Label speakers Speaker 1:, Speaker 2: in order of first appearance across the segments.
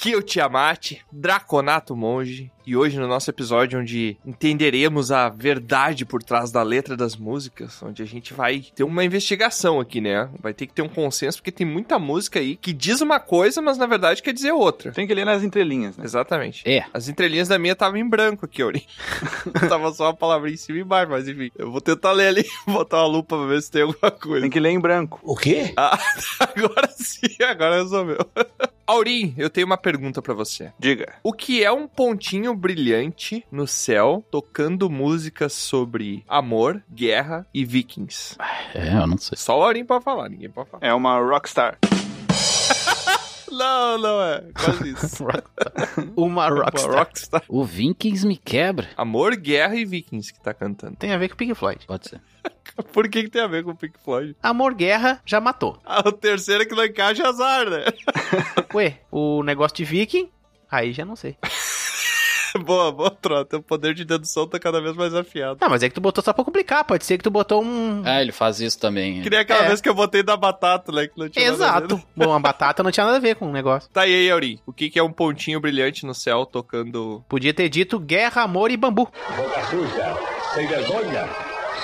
Speaker 1: Kyo é Tiamat, Draconato Monge, e hoje no nosso episódio onde entenderemos a verdade por trás da letra das músicas, onde a gente vai ter uma investigação aqui, né? Vai ter que ter um consenso, porque tem muita música aí que diz uma coisa, mas na verdade quer dizer outra.
Speaker 2: Tem que ler nas entrelinhas, né?
Speaker 1: Exatamente.
Speaker 3: É.
Speaker 1: As entrelinhas da minha estavam em branco aqui, Ori. tava só uma palavra em cima e embaixo, mas enfim. Eu vou tentar ler ali, botar uma lupa pra ver se tem alguma coisa.
Speaker 2: Tem que ler em branco.
Speaker 4: O quê?
Speaker 1: Ah, agora sim, agora resolveu. Aurim, eu tenho uma pergunta pra você.
Speaker 2: Diga.
Speaker 1: O que é um pontinho brilhante no céu tocando músicas sobre amor, guerra e vikings?
Speaker 3: É, eu não sei.
Speaker 1: Só o Aurim pode falar, ninguém pode falar.
Speaker 2: É uma rockstar.
Speaker 1: Não, não é. Quase isso.
Speaker 3: Uma
Speaker 1: Rockstar.
Speaker 3: rockstar.
Speaker 1: Rockstar.
Speaker 3: O Vikings me quebra.
Speaker 1: Amor, guerra e vikings que tá cantando.
Speaker 3: Tem a ver com Pink Floyd. Pode ser.
Speaker 1: Por que, que tem a ver com o Pink Floyd?
Speaker 3: Amor, guerra, já matou.
Speaker 1: Ah, o terceiro que não encaixa é azar, né?
Speaker 3: Ué, o negócio de Viking, aí já não sei.
Speaker 1: boa, boa, Trota. O poder de dedução tá cada vez mais afiado.
Speaker 5: Não, mas é que tu botou só pra complicar. Pode ser que tu botou um.
Speaker 3: Ah, ele faz isso também.
Speaker 1: Que nem aquela
Speaker 5: É.
Speaker 1: vez que eu botei da batata, né? Que não tinha nada a ver.
Speaker 5: Exato. Bom, a batata não tinha nada a ver com o negócio.
Speaker 1: Tá e aí, Aurim. O que, que é um pontinho brilhante no céu tocando.
Speaker 5: Podia ter dito guerra, amor e bambu.
Speaker 4: Boca suja, sem vergonha,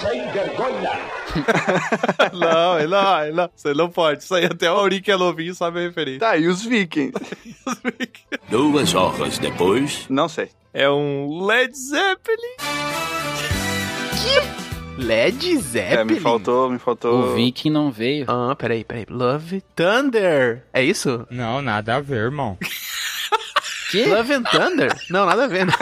Speaker 4: sem vergonha.
Speaker 1: não, é não, não. Você não pode. Isso aí até o Aurim que é novinho sabe a referência.
Speaker 2: Tá, e os vikings?
Speaker 6: Duas horas depois.
Speaker 2: Não sei.
Speaker 1: É um Led Zeppelin.
Speaker 5: Led Zeppelin.
Speaker 2: É, me faltou, me faltou.
Speaker 3: O Viking não veio.
Speaker 5: Ah, peraí, peraí. Love Thunder. É isso?
Speaker 7: Não, nada a ver, irmão.
Speaker 3: Que?
Speaker 5: Love and Thunder? Não, nada a ver. né?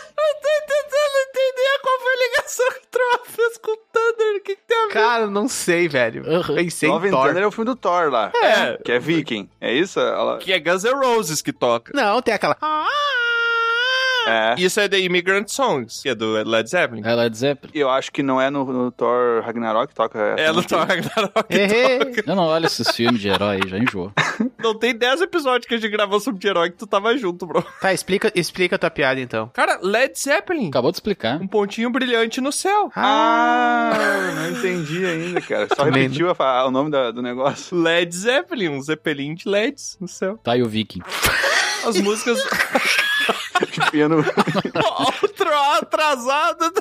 Speaker 1: Tentando entender qual foi a ligação que o Troa fez com o Thunder. O que, que tem a
Speaker 5: Cara, não sei, velho.
Speaker 3: Uhum.
Speaker 5: Pensei
Speaker 2: Love
Speaker 5: em
Speaker 2: and
Speaker 5: Thor.
Speaker 2: Thunder é o filme do Thor lá.
Speaker 1: É.
Speaker 2: Que é viking. É isso? Ela...
Speaker 1: Que é Guns N' Roses que toca.
Speaker 5: Não, tem aquela.
Speaker 2: É.
Speaker 1: Isso é The Immigrant Songs, que é do Led Zeppelin.
Speaker 3: É Led Zeppelin.
Speaker 2: Eu acho que não é no, no Thor Ragnarok que toca essa
Speaker 1: É, no
Speaker 2: música.
Speaker 1: Thor Ragnarok.
Speaker 5: Errei.
Speaker 3: Eu não olho esses filmes de herói, já enjoou.
Speaker 1: Não tem 10 episódios que a gente gravou sobre de herói que tu tava junto, bro.
Speaker 5: Tá, explica, explica a tua piada então.
Speaker 1: Cara, Led Zeppelin.
Speaker 3: Acabou de explicar.
Speaker 1: Um pontinho brilhante no céu.
Speaker 2: Ah, não entendi ainda, cara. Só
Speaker 5: Também
Speaker 2: repetiu a fa- o nome da- do negócio.
Speaker 1: Led Zeppelin, um Zeppelin de LEDs no céu.
Speaker 3: Tá, e o Viking?
Speaker 1: As músicas.
Speaker 2: Piano.
Speaker 1: Outro atrasado.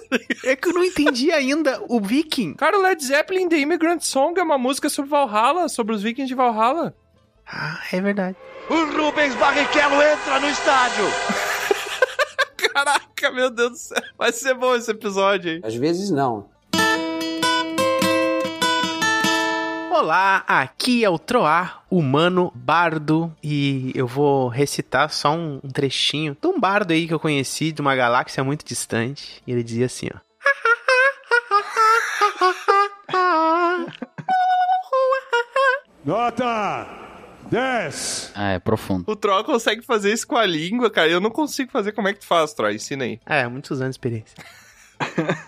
Speaker 5: É que eu não entendi ainda o Viking.
Speaker 1: Cara, o Led Zeppelin The Immigrant Song é uma música sobre Valhalla, sobre os vikings de Valhalla.
Speaker 5: Ah, é verdade.
Speaker 1: Caraca, meu Deus do céu. Vai ser bom esse episódio, hein?
Speaker 8: Às vezes não.
Speaker 5: Olá, aqui é o Troar, humano bardo, e eu vou recitar só um, um trechinho de um bardo aí que eu conheci de uma galáxia muito distante. E ele dizia assim, ó.
Speaker 3: Ah, é profundo.
Speaker 1: O Troll consegue fazer isso com a língua, cara. Eu não consigo fazer. Como é que tu faz, Troll? Ensina aí.
Speaker 5: É, muitos anos de experiência.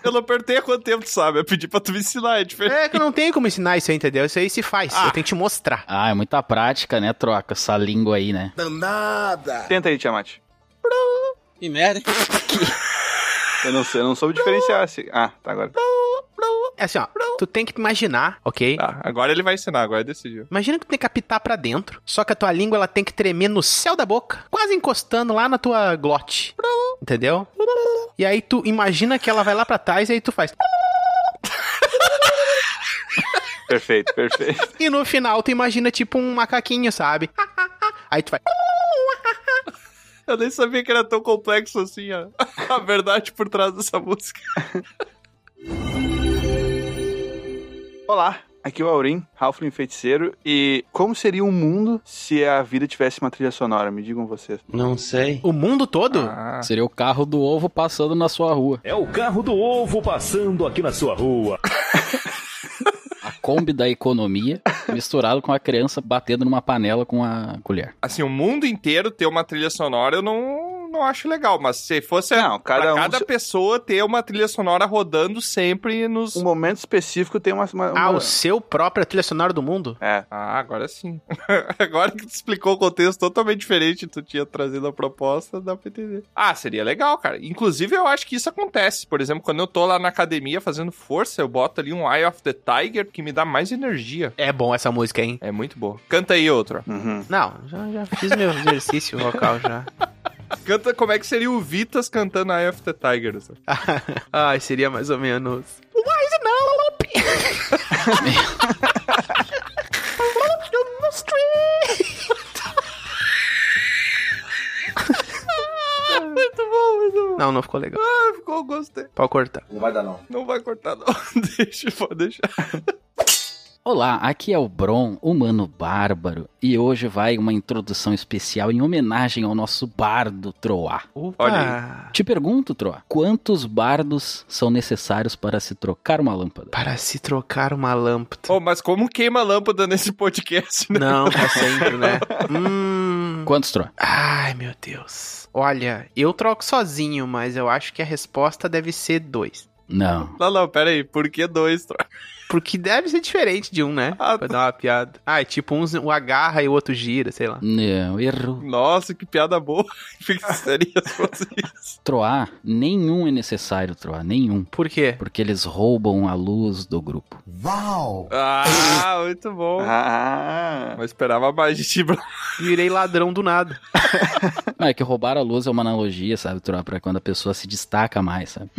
Speaker 1: Eu não apertei há quanto tempo, tu sabe? Eu pedi pra tu me ensinar, é diferente.
Speaker 5: É que eu não tenho como ensinar isso aí, entendeu? Isso aí se faz, eu tenho que te mostrar.
Speaker 3: Ah, é muita prática, né, troca? Essa língua aí, né?
Speaker 2: Tenta aí, Tiamat.
Speaker 8: Que merda.
Speaker 2: Eu não sei, eu não soube diferenciar. Se... Ah, tá agora.
Speaker 5: É assim, ó, tu tem que imaginar, ok?
Speaker 1: Tá, agora ele vai ensinar, agora decidiu.
Speaker 5: Imagina que tu tem que apitar pra dentro, só que a tua língua ela tem que tremer no céu da boca, quase encostando lá na tua glote. Entendeu? E aí tu imagina que ela vai lá pra trás e aí tu faz.
Speaker 2: Perfeito, perfeito.
Speaker 5: E no final tu imagina tipo um macaquinho, sabe? Aí tu vai.
Speaker 1: Eu nem sabia que era tão complexo assim, ó. A verdade por trás dessa música.
Speaker 2: Olá, aqui é o Aurim, Halfling Feiticeiro. E como seria o mundo se a vida tivesse uma trilha sonora? Me digam vocês.
Speaker 8: Não sei.
Speaker 5: O mundo todo?
Speaker 1: Ah,
Speaker 3: Ah. Seria o carro do ovo passando na sua rua.
Speaker 9: É o carro do ovo passando aqui na sua rua.
Speaker 3: A Kombi da economia misturado com a criança batendo numa panela com a colher.
Speaker 1: assim, o mundo inteiro ter uma trilha sonora, eu não, não acho legal, mas se fosse
Speaker 2: Não, cada
Speaker 1: pra
Speaker 2: um
Speaker 1: cada
Speaker 2: se-
Speaker 1: pessoa ter uma trilha sonora rodando sempre nos.
Speaker 2: Um momento específico tem uma. é uma,
Speaker 5: Ah,
Speaker 2: uma-
Speaker 5: o seu próprio trilha sonora do mundo?
Speaker 2: É.
Speaker 1: Ah, agora sim. agora que tu explicou o contexto totalmente diferente, tu tinha trazido a proposta, dá pra entender. Ah, seria legal, cara. Inclusive, eu acho que isso acontece. Por exemplo, quando eu tô lá na academia fazendo força, eu boto ali um Eye of the Tiger que me dá mais energia.
Speaker 5: É bom essa música, hein?
Speaker 1: É muito boa. Canta aí outro.
Speaker 2: Uhum.
Speaker 5: Não, já, já fiz meu exercício vocal já.
Speaker 1: Canta como é que seria o Vitas cantando Eye of the Tiger. sabe?
Speaker 5: Ai, seria mais ou menos.
Speaker 1: Muito bom, muito bom.
Speaker 5: Não, não ficou legal.
Speaker 1: Ah, ficou, gostei.
Speaker 5: Pode cortar.
Speaker 4: Não vai dar, não.
Speaker 1: Não vai cortar, não. Deixa, pode deixar.
Speaker 3: Olá, aqui é o Bron, humano bárbaro, e hoje vai uma introdução especial em homenagem ao nosso bardo Troá.
Speaker 5: Opa.
Speaker 1: Olha
Speaker 3: Te pergunto, Troá, quantos bardos são necessários para se trocar uma lâmpada?
Speaker 5: Para se trocar uma lâmpada.
Speaker 1: Oh, mas como queima a lâmpada nesse podcast, né?
Speaker 5: Não, pra sempre, né? Hum.
Speaker 3: Quantos, Troá?
Speaker 5: Ai, meu Deus. Olha, eu troco sozinho, mas eu acho que a resposta deve ser dois.
Speaker 3: Não.
Speaker 1: Não, não, pera aí. Por que dois?
Speaker 5: Porque deve ser diferente de um, né?
Speaker 1: Ah,
Speaker 5: Pra dar uma piada. Ah, é tipo um, um agarra e o outro gira, sei lá.
Speaker 3: Não, erro.
Speaker 1: Nossa, que piada boa. Fica seria se fosse isso.
Speaker 3: Troá, nenhum é necessário, Troá, nenhum.
Speaker 5: Por quê?
Speaker 3: Porque eles roubam a luz do grupo.
Speaker 1: Ah, muito bom.
Speaker 2: Ah,
Speaker 1: Não esperava mais de ti, bro.
Speaker 5: Virei ladrão do nada.
Speaker 3: Não, é que roubar a luz é uma analogia, sabe, Troá, pra quando a pessoa se destaca mais, sabe?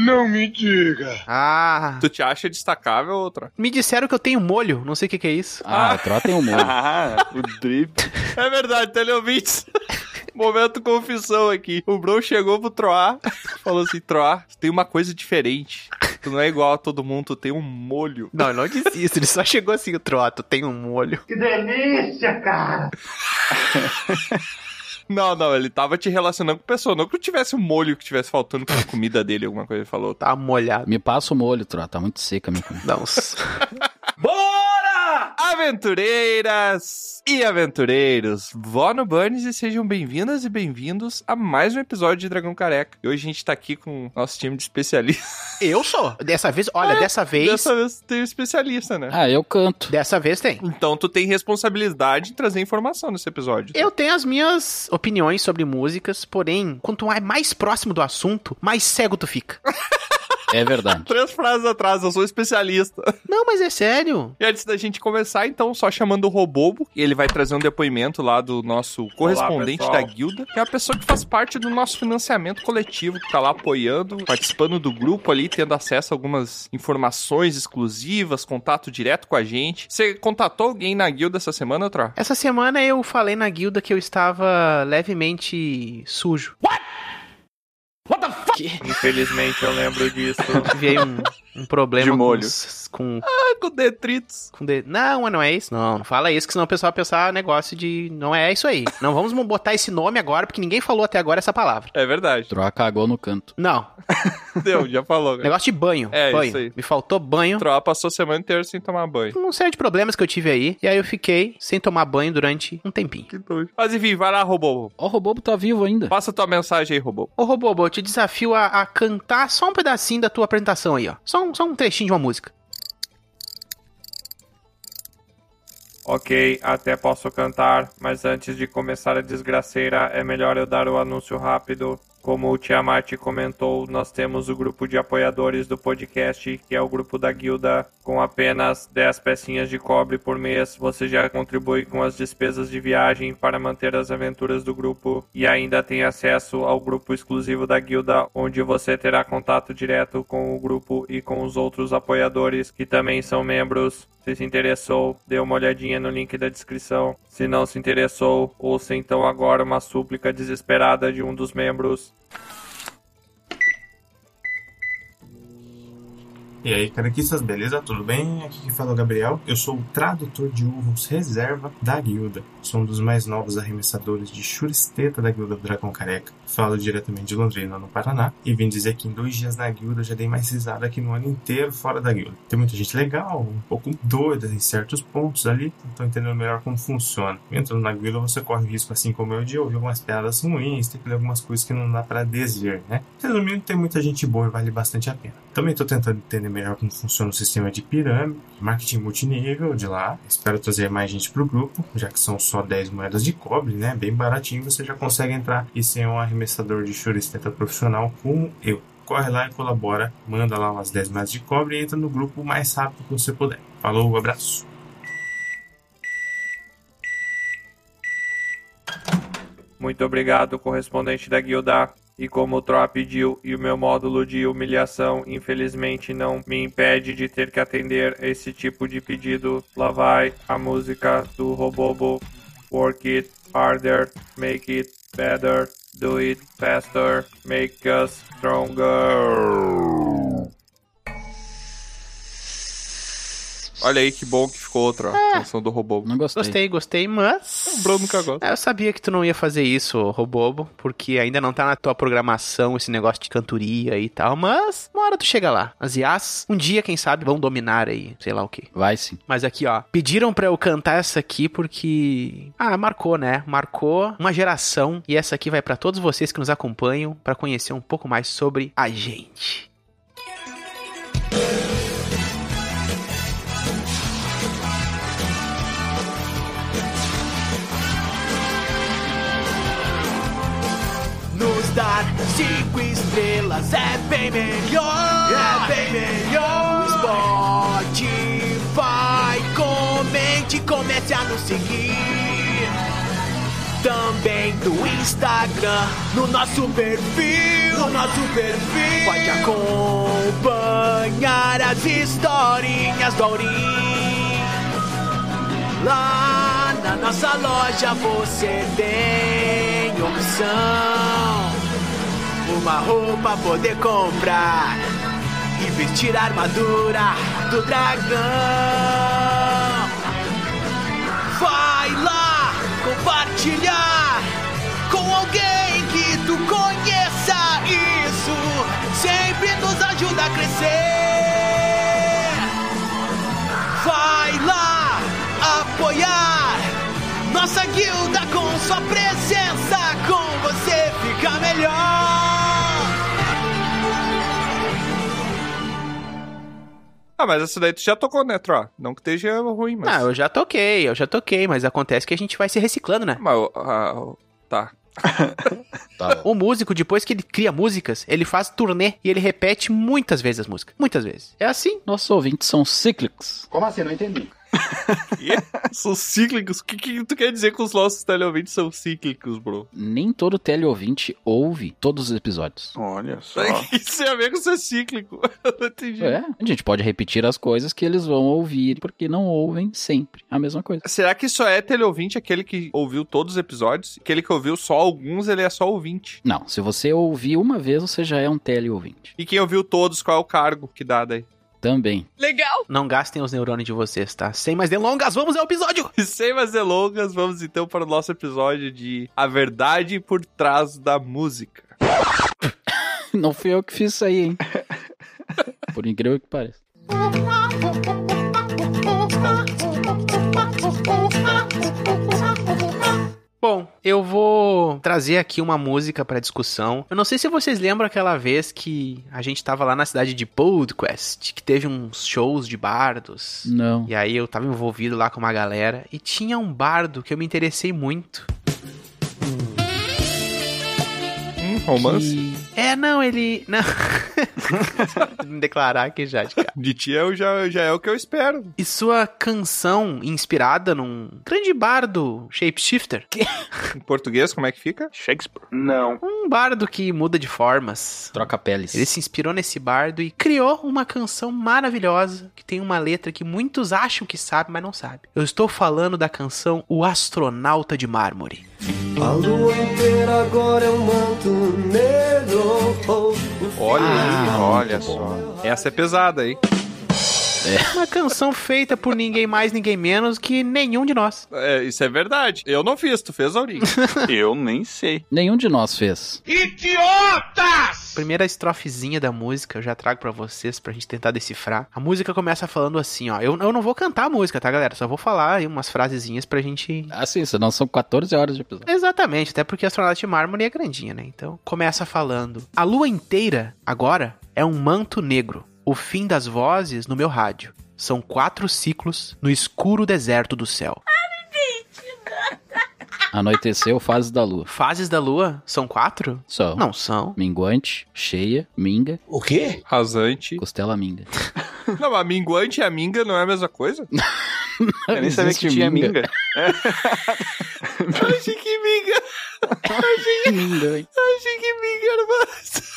Speaker 5: Ah.
Speaker 1: Tu te acha destacável, outra?
Speaker 5: Me disseram que eu tenho molho, não sei o que, que é isso.
Speaker 3: Ah, Troá tem humor.
Speaker 2: ah, o drip.
Speaker 1: É verdade, teleouvintes. Momento confissão aqui. O Bro chegou pro Troar, falou assim, Troar, tu tem uma coisa diferente. Tu não é igual a todo mundo, tu tem um molho.
Speaker 5: Não, ele não disse isso, ele só chegou assim, troto, tem um molho.
Speaker 1: Não, não, ele tava te relacionando com pessoa. Não que tu tivesse um molho que tivesse faltando com a comida dele, alguma coisa. Ele falou,
Speaker 5: Tá molhado.
Speaker 3: Me passa o molho, Troá, tá muito seca a minha comida.
Speaker 5: Dá uns...
Speaker 1: Aventureiras e aventureiros, vó no Burns e sejam bem-vindas e bem-vindos a mais um episódio de Dragão Careca. E hoje a gente tá aqui com o nosso time de especialistas.
Speaker 5: Eu sou. Dessa vez, olha, dessa vez.
Speaker 1: Dessa vez tem um especialista, né?
Speaker 3: Ah, eu canto.
Speaker 5: Dessa vez tem.
Speaker 1: Então tu tem responsabilidade em trazer informação nesse episódio.
Speaker 5: Eu tenho as minhas opiniões sobre músicas, porém, quanto mais próximo do assunto, mais cego tu fica.
Speaker 3: É verdade.
Speaker 1: Três frases atrás, eu sou especialista.
Speaker 5: Não, mas é sério.
Speaker 1: E antes da gente começar, então, só chamando o Robobo, e ele vai trazer um depoimento lá do nosso correspondente da guilda, que é a pessoa que faz parte do nosso financiamento coletivo, que tá lá apoiando, participando do grupo ali, tendo acesso a algumas informações exclusivas, contato direto com a gente. Você contatou alguém na guilda essa semana, Tro?
Speaker 5: Essa semana eu falei na guilda que eu estava levemente sujo.
Speaker 2: Infelizmente eu lembro disso.
Speaker 5: Tive aí um, um problema
Speaker 2: De
Speaker 5: com
Speaker 2: molho.
Speaker 5: os- Com,
Speaker 1: Com detritos.
Speaker 5: com de- Não, não é isso. Não, não fala isso, que senão o pessoal vai pensar negócio de. Não é isso aí. Não vamos botar esse nome agora, porque ninguém falou até agora essa palavra.
Speaker 1: É verdade.
Speaker 3: Troá cagou no canto.
Speaker 5: Não.
Speaker 1: Deu, já falou. cara.
Speaker 5: Negócio de banho.
Speaker 1: É,
Speaker 5: banho.
Speaker 1: isso aí.
Speaker 5: Me faltou banho.
Speaker 1: Tro passou a semana inteira sem tomar banho.
Speaker 5: Um série de problemas que eu tive aí. E aí eu fiquei sem tomar banho durante um tempinho.
Speaker 1: Que doido. Mas enfim, vai lá, Robobo.
Speaker 3: Ó, o Robobo tá vivo ainda.
Speaker 1: Passa tua mensagem aí, Robobo.
Speaker 5: Ô, Robobo, eu te desafio a, a cantar só um pedacinho da tua apresentação aí, ó. Só um, só um trechinho de uma música.
Speaker 7: Ok, até posso cantar, mas antes de começar a desgraceira, é melhor eu dar o anúncio rápido. Como o Tiamat comentou, nós temos o grupo de apoiadores do podcast, que é o grupo da guilda. Com apenas 10 pecinhas de cobre por mês, você já contribui com as despesas de viagem para manter as aventuras do grupo e ainda tem acesso ao grupo exclusivo da guilda, onde você terá contato direto com o grupo e com os outros apoiadores que também são membros. Se se interessou, dê uma olhadinha no link da descrição. Se não se interessou, ouça então agora uma súplica desesperada de um dos membros.
Speaker 10: E aí, caranquistas, beleza? Tudo bem? Aqui quem fala é o Gabriel. Eu sou o tradutor de urros reserva da guilda. Sou um dos mais novos arremessadores de churisteta da guilda do Dragão Careca. Falo diretamente de Londrina, no Paraná. E vim dizer que em dois dias na guilda eu já dei mais risada que no ano inteiro fora da guilda. Tem muita gente legal, um pouco doida em certos pontos ali. Não tô entendendo melhor como funciona. Entrando na guilda você corre o risco, assim como eu, de ouvir algumas piadas ruins, tem que ler algumas coisas que não dá para dizer, né? Resumindo, tem muita gente boa e vale bastante a pena. Também tô tentando entender melhor como funciona o sistema de pirâmide, marketing multinível de lá. Espero trazer mais gente pro grupo, já que são só 10 moedas de cobre, né? Bem baratinho, você já consegue entrar e ser um arremessador de churisteta profissional como eu. Corre lá e colabora, manda lá umas 10 moedas de cobre e entra no grupo o mais rápido que você puder. Falou, um abraço.
Speaker 7: Muito obrigado, correspondente da guilda. E como o Troa pediu e o meu módulo de humilhação, infelizmente, não me impede de ter que atender esse tipo de pedido, lá vai a música do Robobo. Work it harder, make it better, do it faster, make us stronger.
Speaker 1: Olha aí que bom que ficou outra ó, canção do robô.
Speaker 3: Não
Speaker 5: Gostei, gostei, mas. É,
Speaker 1: O Bruno nunca gosta.
Speaker 5: Eu sabia que tu não ia fazer isso, Robobo, porque ainda não tá na tua programação esse negócio de cantoria e tal, mas uma hora tu chega lá. As IAs, um dia, quem sabe, vão dominar aí, sei lá o quê.
Speaker 3: Vai sim.
Speaker 5: Mas aqui, ó, pediram pra eu cantar essa aqui porque. Ah, marcou, né? Marcou uma geração e essa aqui vai pra todos vocês que nos acompanham pra conhecer um pouco mais sobre a gente.
Speaker 11: Nos dar cinco estrelas é bem melhor. É bem melhor. O Spotify, comente, comece a nos seguir. Também no Instagram, no nosso perfil, no nosso perfil. Pode acompanhar as historinhas do Aurim. Lá na nossa loja você tem opção Uma roupa poder comprar E vestir a armadura do dragão Vai lá compartilhar com alguém que tu conheça Isso sempre nos ajuda a crescer Vai lá apoiar nossa guilda com sua presença. Com você fica melhor.
Speaker 1: Ah, mas essa daí tu já tocou, né, Tro? Não que esteja ruim, mas.
Speaker 5: Ah, eu já toquei, eu já toquei, mas acontece que a gente vai se reciclando, né?
Speaker 1: Mas, ah,
Speaker 3: Tá.
Speaker 1: tá.
Speaker 5: O músico, depois que ele cria músicas, ele faz turnê e ele repete muitas vezes as músicas. Muitas vezes. É assim.
Speaker 3: Nossos ouvintes são cíclicos.
Speaker 8: Como assim? Não entendi.
Speaker 1: são cíclicos? O que, que tu quer dizer que os nossos teleouvintes são cíclicos, bro?
Speaker 3: Nem todo teleouvinte ouve todos os episódios.
Speaker 2: Olha só.
Speaker 1: Isso tem a ver com ser cíclico. Eu não entendi.
Speaker 3: É, a gente pode repetir as coisas que eles vão ouvir, porque não ouvem sempre a mesma coisa.
Speaker 1: Será que só é teleouvinte aquele que ouviu todos os episódios? Aquele que ouviu só alguns, ele é só ouvinte.
Speaker 3: Não, se você ouvir uma vez, você já é um teleouvinte.
Speaker 1: E quem ouviu todos, qual é o cargo que dá daí?
Speaker 3: Também.
Speaker 11: Legal.
Speaker 5: Não gastem os neurônios de vocês, tá? Sem mais delongas, vamos ao episódio!
Speaker 1: E sem mais delongas, vamos então para o nosso episódio de A Verdade por Trás da Música.
Speaker 3: Não fui eu que fiz isso aí, hein? Por incrível que pareça.
Speaker 5: Bom, eu vou trazer aqui uma música pra discussão. Eu não sei se vocês lembram aquela vez que a gente tava lá na cidade de Podquest, que teve uns shows de bardos.
Speaker 3: Não.
Speaker 5: E aí eu tava envolvido lá com uma galera e tinha um bardo que eu me interessei muito.
Speaker 1: Hum, romance?
Speaker 5: Que- É, não, ele. Não. me declarar aqui já de cara.
Speaker 1: De ti eu já, já é o que eu espero.
Speaker 5: E sua canção inspirada num grande bardo shapeshifter.
Speaker 1: Em português, como é que fica?
Speaker 2: Shakespeare.
Speaker 8: Não.
Speaker 5: Um bardo que muda de formas.
Speaker 3: Troca peles.
Speaker 5: Ele se inspirou nesse bardo e criou uma canção maravilhosa que tem uma letra que muitos acham que sabe, mas não sabe. Eu estou falando da canção O Astronauta de Mármore.
Speaker 11: A lua inteira agora é um manto negro. O
Speaker 2: Olha
Speaker 5: Ah,
Speaker 2: aí,
Speaker 5: muito
Speaker 2: olha
Speaker 3: só.
Speaker 1: Essa é pesada, hein?
Speaker 5: Uma canção feita por ninguém mais, ninguém menos que nenhum de nós.
Speaker 1: É, isso é verdade. Eu não fiz, tu fez, Aurinho.
Speaker 2: Eu nem sei.
Speaker 3: Nenhum de nós fez.
Speaker 5: Idiotas! Primeira estrofezinha da música eu já trago pra vocês pra gente tentar decifrar. A música começa falando assim, ó. Eu, eu não vou cantar a música, tá, galera? Só vou falar aí umas frasezinhas pra gente.
Speaker 3: Assim, senão são 14 horas de episódio.
Speaker 5: Exatamente, até porque a Astronauta de Mármore é grandinha, né? Então, começa falando: A lua inteira, agora, é um manto negro. O fim das vozes no meu rádio. São quatro ciclos no escuro deserto do céu.
Speaker 3: Anoiteceu, fases da lua.
Speaker 5: Fases da lua são quatro?
Speaker 3: São.
Speaker 5: Não são.
Speaker 3: Minguante, cheia, minga.
Speaker 1: O quê? Rasante.
Speaker 3: Costela minga.
Speaker 1: Não, a minguante e a minga não é a mesma coisa?
Speaker 2: Eu nem sabia que tinha minga.
Speaker 1: Achei que minga. Achei que
Speaker 3: minga, hein?
Speaker 1: Achei que minga era mais.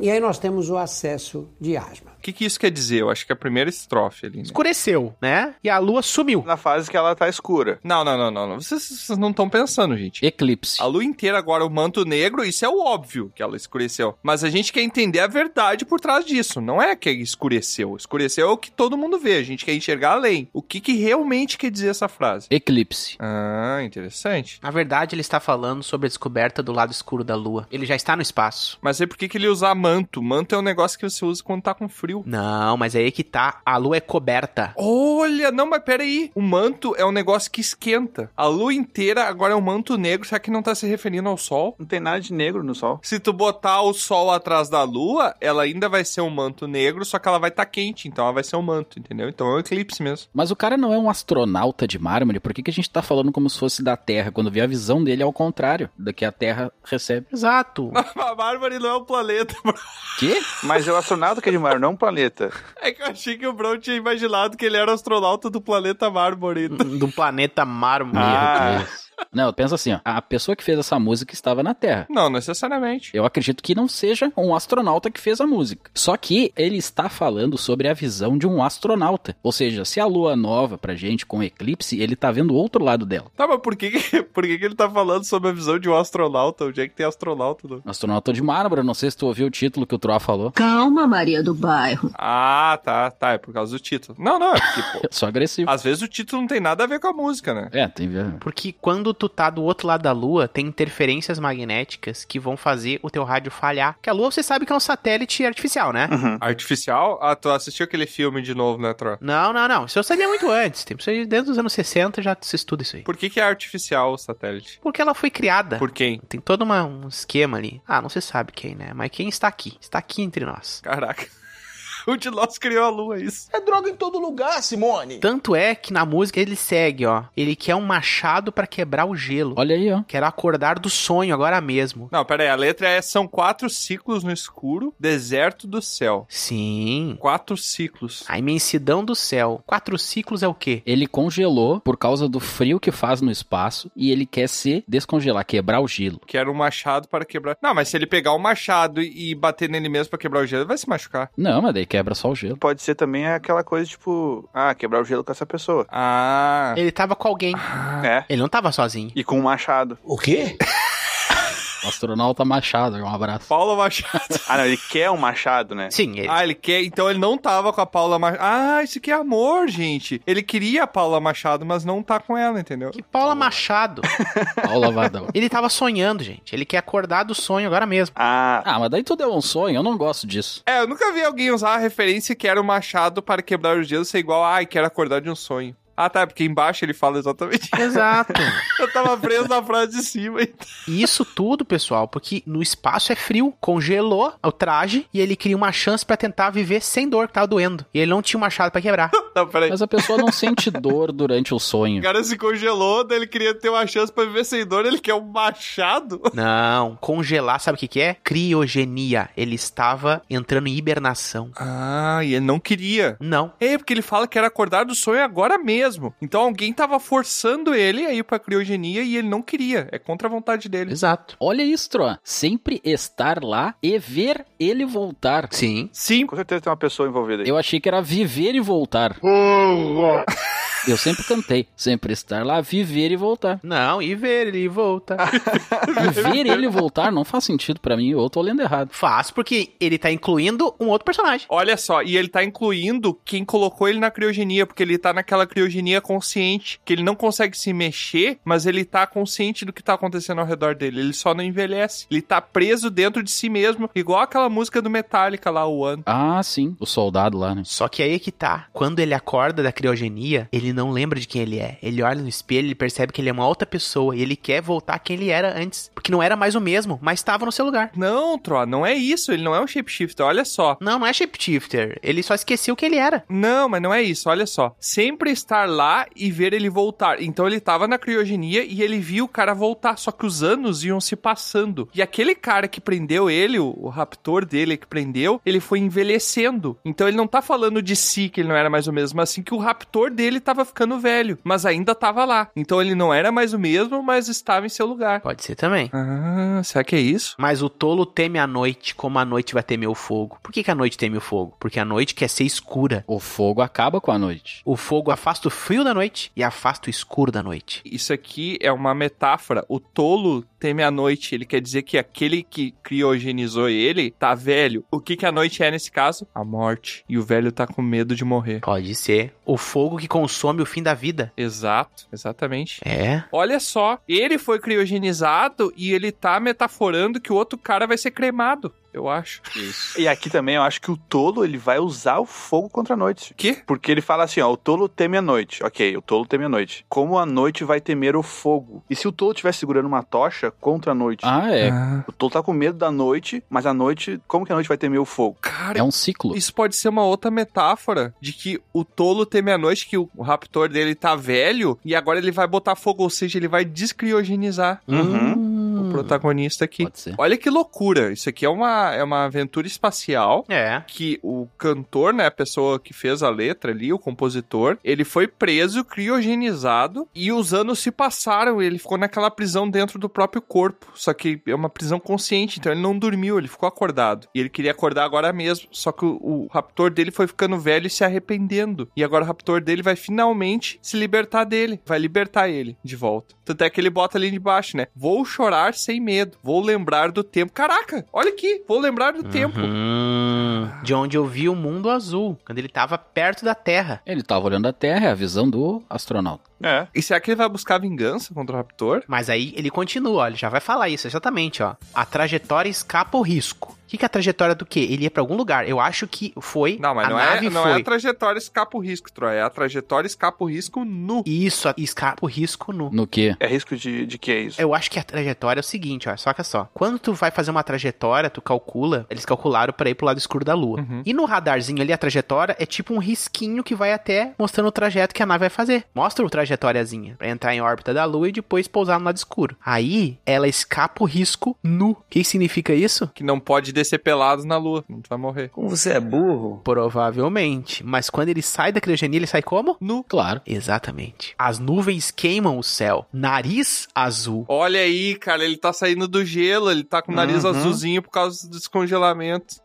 Speaker 8: E aí nós temos o acesso de asma.
Speaker 1: O que, que isso quer dizer? Eu acho que é a primeira estrofe ali. Né?
Speaker 5: Escureceu, né? E a lua sumiu.
Speaker 2: Na fase que ela tá escura.
Speaker 1: Não, não, não, não. não. Vocês, vocês não estão pensando, gente.
Speaker 3: Eclipse.
Speaker 1: A lua inteira agora, o manto negro, isso é o óbvio que ela escureceu. Mas a gente quer entender a verdade por trás disso. Não é que escureceu. Escureceu é o que todo mundo vê. A gente quer enxergar além. O que, que realmente quer dizer essa frase?
Speaker 3: Eclipse.
Speaker 1: Ah, interessante.
Speaker 5: Na verdade, ele está falando sobre a descoberta do lado escuro da lua. Ele já está no espaço.
Speaker 1: Mas aí por que, que ele usa manto? Manto é um negócio que você usa quando tá com frio.
Speaker 5: Não, mas é aí que tá. A lua é coberta.
Speaker 1: Olha, não, mas peraí. O manto é um negócio que esquenta. A lua inteira agora é um manto negro, será que não tá se referindo ao sol?
Speaker 2: Não tem nada de negro no sol.
Speaker 1: Se tu botar o sol atrás da lua, ela ainda vai ser um manto negro, só que ela vai estar tá quente, então ela vai ser um manto, entendeu? Então é um eclipse mesmo.
Speaker 3: Mas o cara não é um astronauta de mármore, por que, que a gente tá falando como se fosse da Terra, quando vê a visão dele é ao contrário da que a Terra recebe?
Speaker 5: Exato.
Speaker 1: A Mármore não é um planeta, bro.
Speaker 3: Quê?
Speaker 2: Mas é o astronauta que é de mar, não é um planeta.
Speaker 1: É que eu achei que o Brown tinha imaginado que ele era astronauta do planeta Mármore.
Speaker 5: Do planeta mármore.
Speaker 2: Ah.
Speaker 3: Não, pensa assim, ó, a pessoa que fez essa música estava na Terra.
Speaker 1: Não, necessariamente.
Speaker 3: Eu acredito que não seja um astronauta que fez a música. Só que ele está falando sobre a visão de um astronauta. Ou seja, se a lua é nova pra gente com eclipse, ele tá vendo o outro lado dela.
Speaker 1: Tá, mas por que, que- por que, que ele tá falando sobre a visão de um astronauta? Onde é que tem astronauta? No...
Speaker 3: Astronauta de mármore, não sei se tu ouviu o título que o Troá falou.
Speaker 12: Calma, Maria do Bairro.
Speaker 1: Ah, tá, tá. É por causa do título. Não, não, é porque, pô.
Speaker 3: Só agressivo.
Speaker 1: Às vezes o título não tem nada a ver com a música, né?
Speaker 3: É, tem ver.
Speaker 5: Porque quando tu tá do outro lado da lua, tem interferências magnéticas que vão fazer o teu rádio falhar. Que a lua você sabe que é um satélite artificial, né?
Speaker 2: Uhum.
Speaker 1: Artificial? Ah, tu assistiu aquele filme de novo, né, Tro?
Speaker 5: Não, não, não. Isso eu sabia muito antes. Tem pessoas desde os anos 60 já se estuda isso aí.
Speaker 1: Por que, que é artificial o satélite?
Speaker 5: Porque ela foi criada.
Speaker 1: Por quem?
Speaker 5: Tem todo uma- um esquema ali. Ah, não se sabe quem, né? Mas quem está aqui? Está aqui entre nós.
Speaker 1: Caraca. O de nós criou a lua, é isso.
Speaker 11: É droga em todo lugar, Simone.
Speaker 5: Tanto é que na música ele segue, ó. Ele quer um machado pra quebrar o gelo.
Speaker 3: Olha aí, ó.
Speaker 5: Quero acordar do sonho agora mesmo.
Speaker 1: Não, pera aí. A letra é são quatro ciclos no escuro, deserto do céu.
Speaker 5: Sim.
Speaker 1: Quatro ciclos.
Speaker 5: A imensidão do céu. Quatro ciclos é o quê?
Speaker 3: Ele congelou por causa do frio que faz no espaço e ele quer se descongelar, quebrar o gelo.
Speaker 1: Quero um machado para quebrar. Não, mas se ele pegar o machado e e bater nele mesmo para quebrar o gelo, ele vai se machucar.
Speaker 3: Não, mas daí quebra só o gelo.
Speaker 2: Pode ser também aquela coisa tipo, ah, quebrar o gelo com essa pessoa.
Speaker 1: Ah.
Speaker 5: Ele tava com alguém.
Speaker 2: É.
Speaker 5: Ele não tava sozinho.
Speaker 2: E com um machado.
Speaker 11: O quê?
Speaker 3: O astronauta Machado, um abraço.
Speaker 1: Paula Machado.
Speaker 2: Ah, não, ele quer um machado, né?
Speaker 5: Sim, ele.
Speaker 1: Ah, ele quer. Então ele não tava com a Paula Machado. Ah, isso aqui é amor, gente. Ele queria a Paula Machado, mas não tá com ela, entendeu?
Speaker 5: Que Paula Machado.
Speaker 3: Paula Vadão.
Speaker 5: ele tava sonhando, gente. Ele quer acordar do sonho agora mesmo.
Speaker 2: Ah,
Speaker 3: Ah, mas daí tudo é um sonho, eu não gosto disso.
Speaker 1: É, eu nunca vi alguém usar a referência que era o machado para quebrar o gelo ser igual, ai, quero acordar de um sonho. Ah, tá, porque embaixo ele fala exatamente.
Speaker 5: Exato.
Speaker 1: Eu tava preso na frase de cima. então.
Speaker 5: E isso tudo, pessoal, porque no espaço é frio, congelou o traje e ele cria uma chance pra tentar viver sem dor que tava doendo. E ele não tinha um machado pra quebrar.
Speaker 1: Não, tá, peraí.
Speaker 3: Mas a pessoa não sente dor durante o
Speaker 1: O
Speaker 3: sonho.
Speaker 1: cara se congelou, daí ele queria ter uma chance pra viver sem dor, ele quer um machado.
Speaker 5: Não, congelar, sabe o que, que é? Criogenia. Ele estava entrando em hibernação.
Speaker 1: Ah, e ele não queria.
Speaker 5: Não.
Speaker 1: É, porque ele fala que era acordar do sonho agora mesmo. Então alguém tava forçando ele a ir pra criogenia e ele não queria. É contra a vontade dele.
Speaker 5: Exato.
Speaker 3: Olha isso, Troa. Sempre estar lá e ver ele voltar.
Speaker 5: Sim.
Speaker 1: Sim.
Speaker 2: com certeza tem uma pessoa envolvida aí.
Speaker 3: Eu achei que era viver e voltar. Eu sempre cantei. Sempre estar lá, viver e voltar.
Speaker 5: Não, e ver ele e volta.
Speaker 3: ver ele voltar não faz sentido pra mim. Eu tô lendo errado.
Speaker 5: Faz, porque ele tá incluindo um outro personagem.
Speaker 1: Olha só, e ele tá incluindo quem colocou ele na criogenia, porque ele tá naquela criogenia consciente, que ele não consegue se mexer, mas ele tá consciente do que tá acontecendo ao redor dele. Ele só não envelhece. Ele tá preso dentro de si mesmo, igual aquela música do Metallica lá, o ano.
Speaker 3: Ah, sim. O soldado lá, né?
Speaker 5: Só que aí é que tá. Quando ele acorda da criogenia, ele não lembra de quem ele é. Ele olha no espelho, ele percebe que ele é uma outra pessoa e ele quer voltar a quem ele era antes. Porque não era mais o mesmo, mas estava no seu lugar.
Speaker 1: Não, Tro, não é isso. Ele não é um shapeshifter, olha só.
Speaker 5: Não, não é shapeshifter. Ele só esqueceu quem ele era.
Speaker 1: Não, mas não é isso, olha só. Sempre estar lá e ver ele voltar. Então ele tava na criogenia e ele viu o cara voltar, só que os anos iam se passando. E aquele cara que prendeu ele, o, o raptor dele que prendeu, ele foi envelhecendo. Então ele não tá falando de si que ele não era mais o mesmo, mas assim que o raptor dele tava ficando velho, mas ainda tava lá. Então ele não era mais o mesmo, mas estava em seu lugar.
Speaker 5: Pode ser também.
Speaker 1: Ah, será que é isso?
Speaker 5: Mas o tolo teme a noite, como a noite vai temer o fogo. Por que, que a noite teme o fogo? Porque a noite quer ser escura.
Speaker 3: O fogo acaba com a noite.
Speaker 5: O fogo afasta o frio da noite e afasta o escuro da noite.
Speaker 1: Isso aqui é uma metáfora. O tolo teme a noite. Ele quer dizer que aquele que criogenizou ele tá velho. O que, que a noite é nesse caso? A morte. E o velho tá com medo de morrer.
Speaker 5: Pode ser. O fogo que consome o fim da vida.
Speaker 1: Exato, exatamente.
Speaker 5: É.
Speaker 1: Olha só, ele foi criogenizado e ele tá metaforando que o outro cara vai ser cremado eu acho.
Speaker 2: Isso. E aqui também eu acho que o tolo ele vai usar o fogo contra a noite.
Speaker 1: Que?
Speaker 2: Porque ele fala assim, ó, o tolo teme a noite. Ok, o tolo teme a noite. Como a noite vai temer o fogo? E se o tolo estiver segurando uma tocha contra a noite?
Speaker 3: Ah, é.
Speaker 2: Ah. O tolo tá com medo da noite, mas a noite, como que a noite vai temer o fogo?
Speaker 1: Cara,
Speaker 3: é um ciclo.
Speaker 1: Isso pode ser uma outra metáfora de que o tolo teme a noite, que o raptor dele tá velho e agora ele vai botar fogo, ou seja, ele vai descriogenizar.
Speaker 2: Uhum.
Speaker 5: Hum.
Speaker 1: O protagonista aqui.
Speaker 3: Pode ser.
Speaker 1: Olha que loucura. Isso aqui é uma é uma aventura espacial.
Speaker 5: É.
Speaker 1: Que o cantor, né, a pessoa que fez a letra ali, o compositor, ele foi preso, criogenizado, e os anos se passaram, ele ficou naquela prisão dentro do próprio corpo. Só que é uma prisão consciente, então ele não dormiu, ele ficou acordado. E ele queria acordar agora mesmo, só que o, o raptor dele foi ficando velho e se arrependendo. E agora o raptor dele vai finalmente se libertar dele, vai libertar ele de volta. Tanto é que ele bota ali embaixo, né? Vou chorar sem medo, vou lembrar do tempo. Caraca, olha aqui, vou lembrar do tempo.
Speaker 5: Uhum. De onde eu vi o mundo azul, quando ele tava perto da Terra.
Speaker 3: Ele tava olhando a Terra, é a visão do astronauta.
Speaker 2: É.
Speaker 1: E será que ele vai buscar vingança contra o Raptor?
Speaker 5: Mas aí ele continua, olha, já vai falar isso exatamente, ó. A trajetória escapa o risco. O que, que é a trajetória do quê? Ele ia pra algum lugar. Eu acho que foi.
Speaker 1: Não, mas
Speaker 5: a
Speaker 1: não,
Speaker 5: nave
Speaker 1: é, não
Speaker 5: foi.
Speaker 1: é a trajetória escapa o risco, Troy. É a trajetória escapa o risco nu.
Speaker 5: Isso, a- escapa o risco nu.
Speaker 3: No quê?
Speaker 2: É risco de, de que é isso?
Speaker 5: Eu acho que a trajetória é o seguinte, ó, saca só. Quando tu vai fazer uma trajetória, tu calcula, eles calcularam pra ir pro lado escuro da lua.
Speaker 1: Uhum.
Speaker 5: E no radarzinho ali, a trajetória é tipo um risquinho que vai até mostrando o trajeto que a nave vai fazer. Mostra o trajetóriazinha pra entrar em órbita da lua e depois pousar no lado escuro. Aí, ela escapa o risco nu. O que significa isso?
Speaker 1: Que não pode descer pelados na lua. Não vai morrer.
Speaker 13: Como você é burro?
Speaker 5: Provavelmente. Mas quando ele sai da criogenia, ele sai como?
Speaker 1: Nu.
Speaker 3: Claro.
Speaker 5: Exatamente. As nuvens queimam o céu. Nariz azul.
Speaker 1: Olha aí, cara, ele tá saindo do gelo, ele tá com o nariz
Speaker 2: Uhum.
Speaker 1: azulzinho por causa do descongelamento.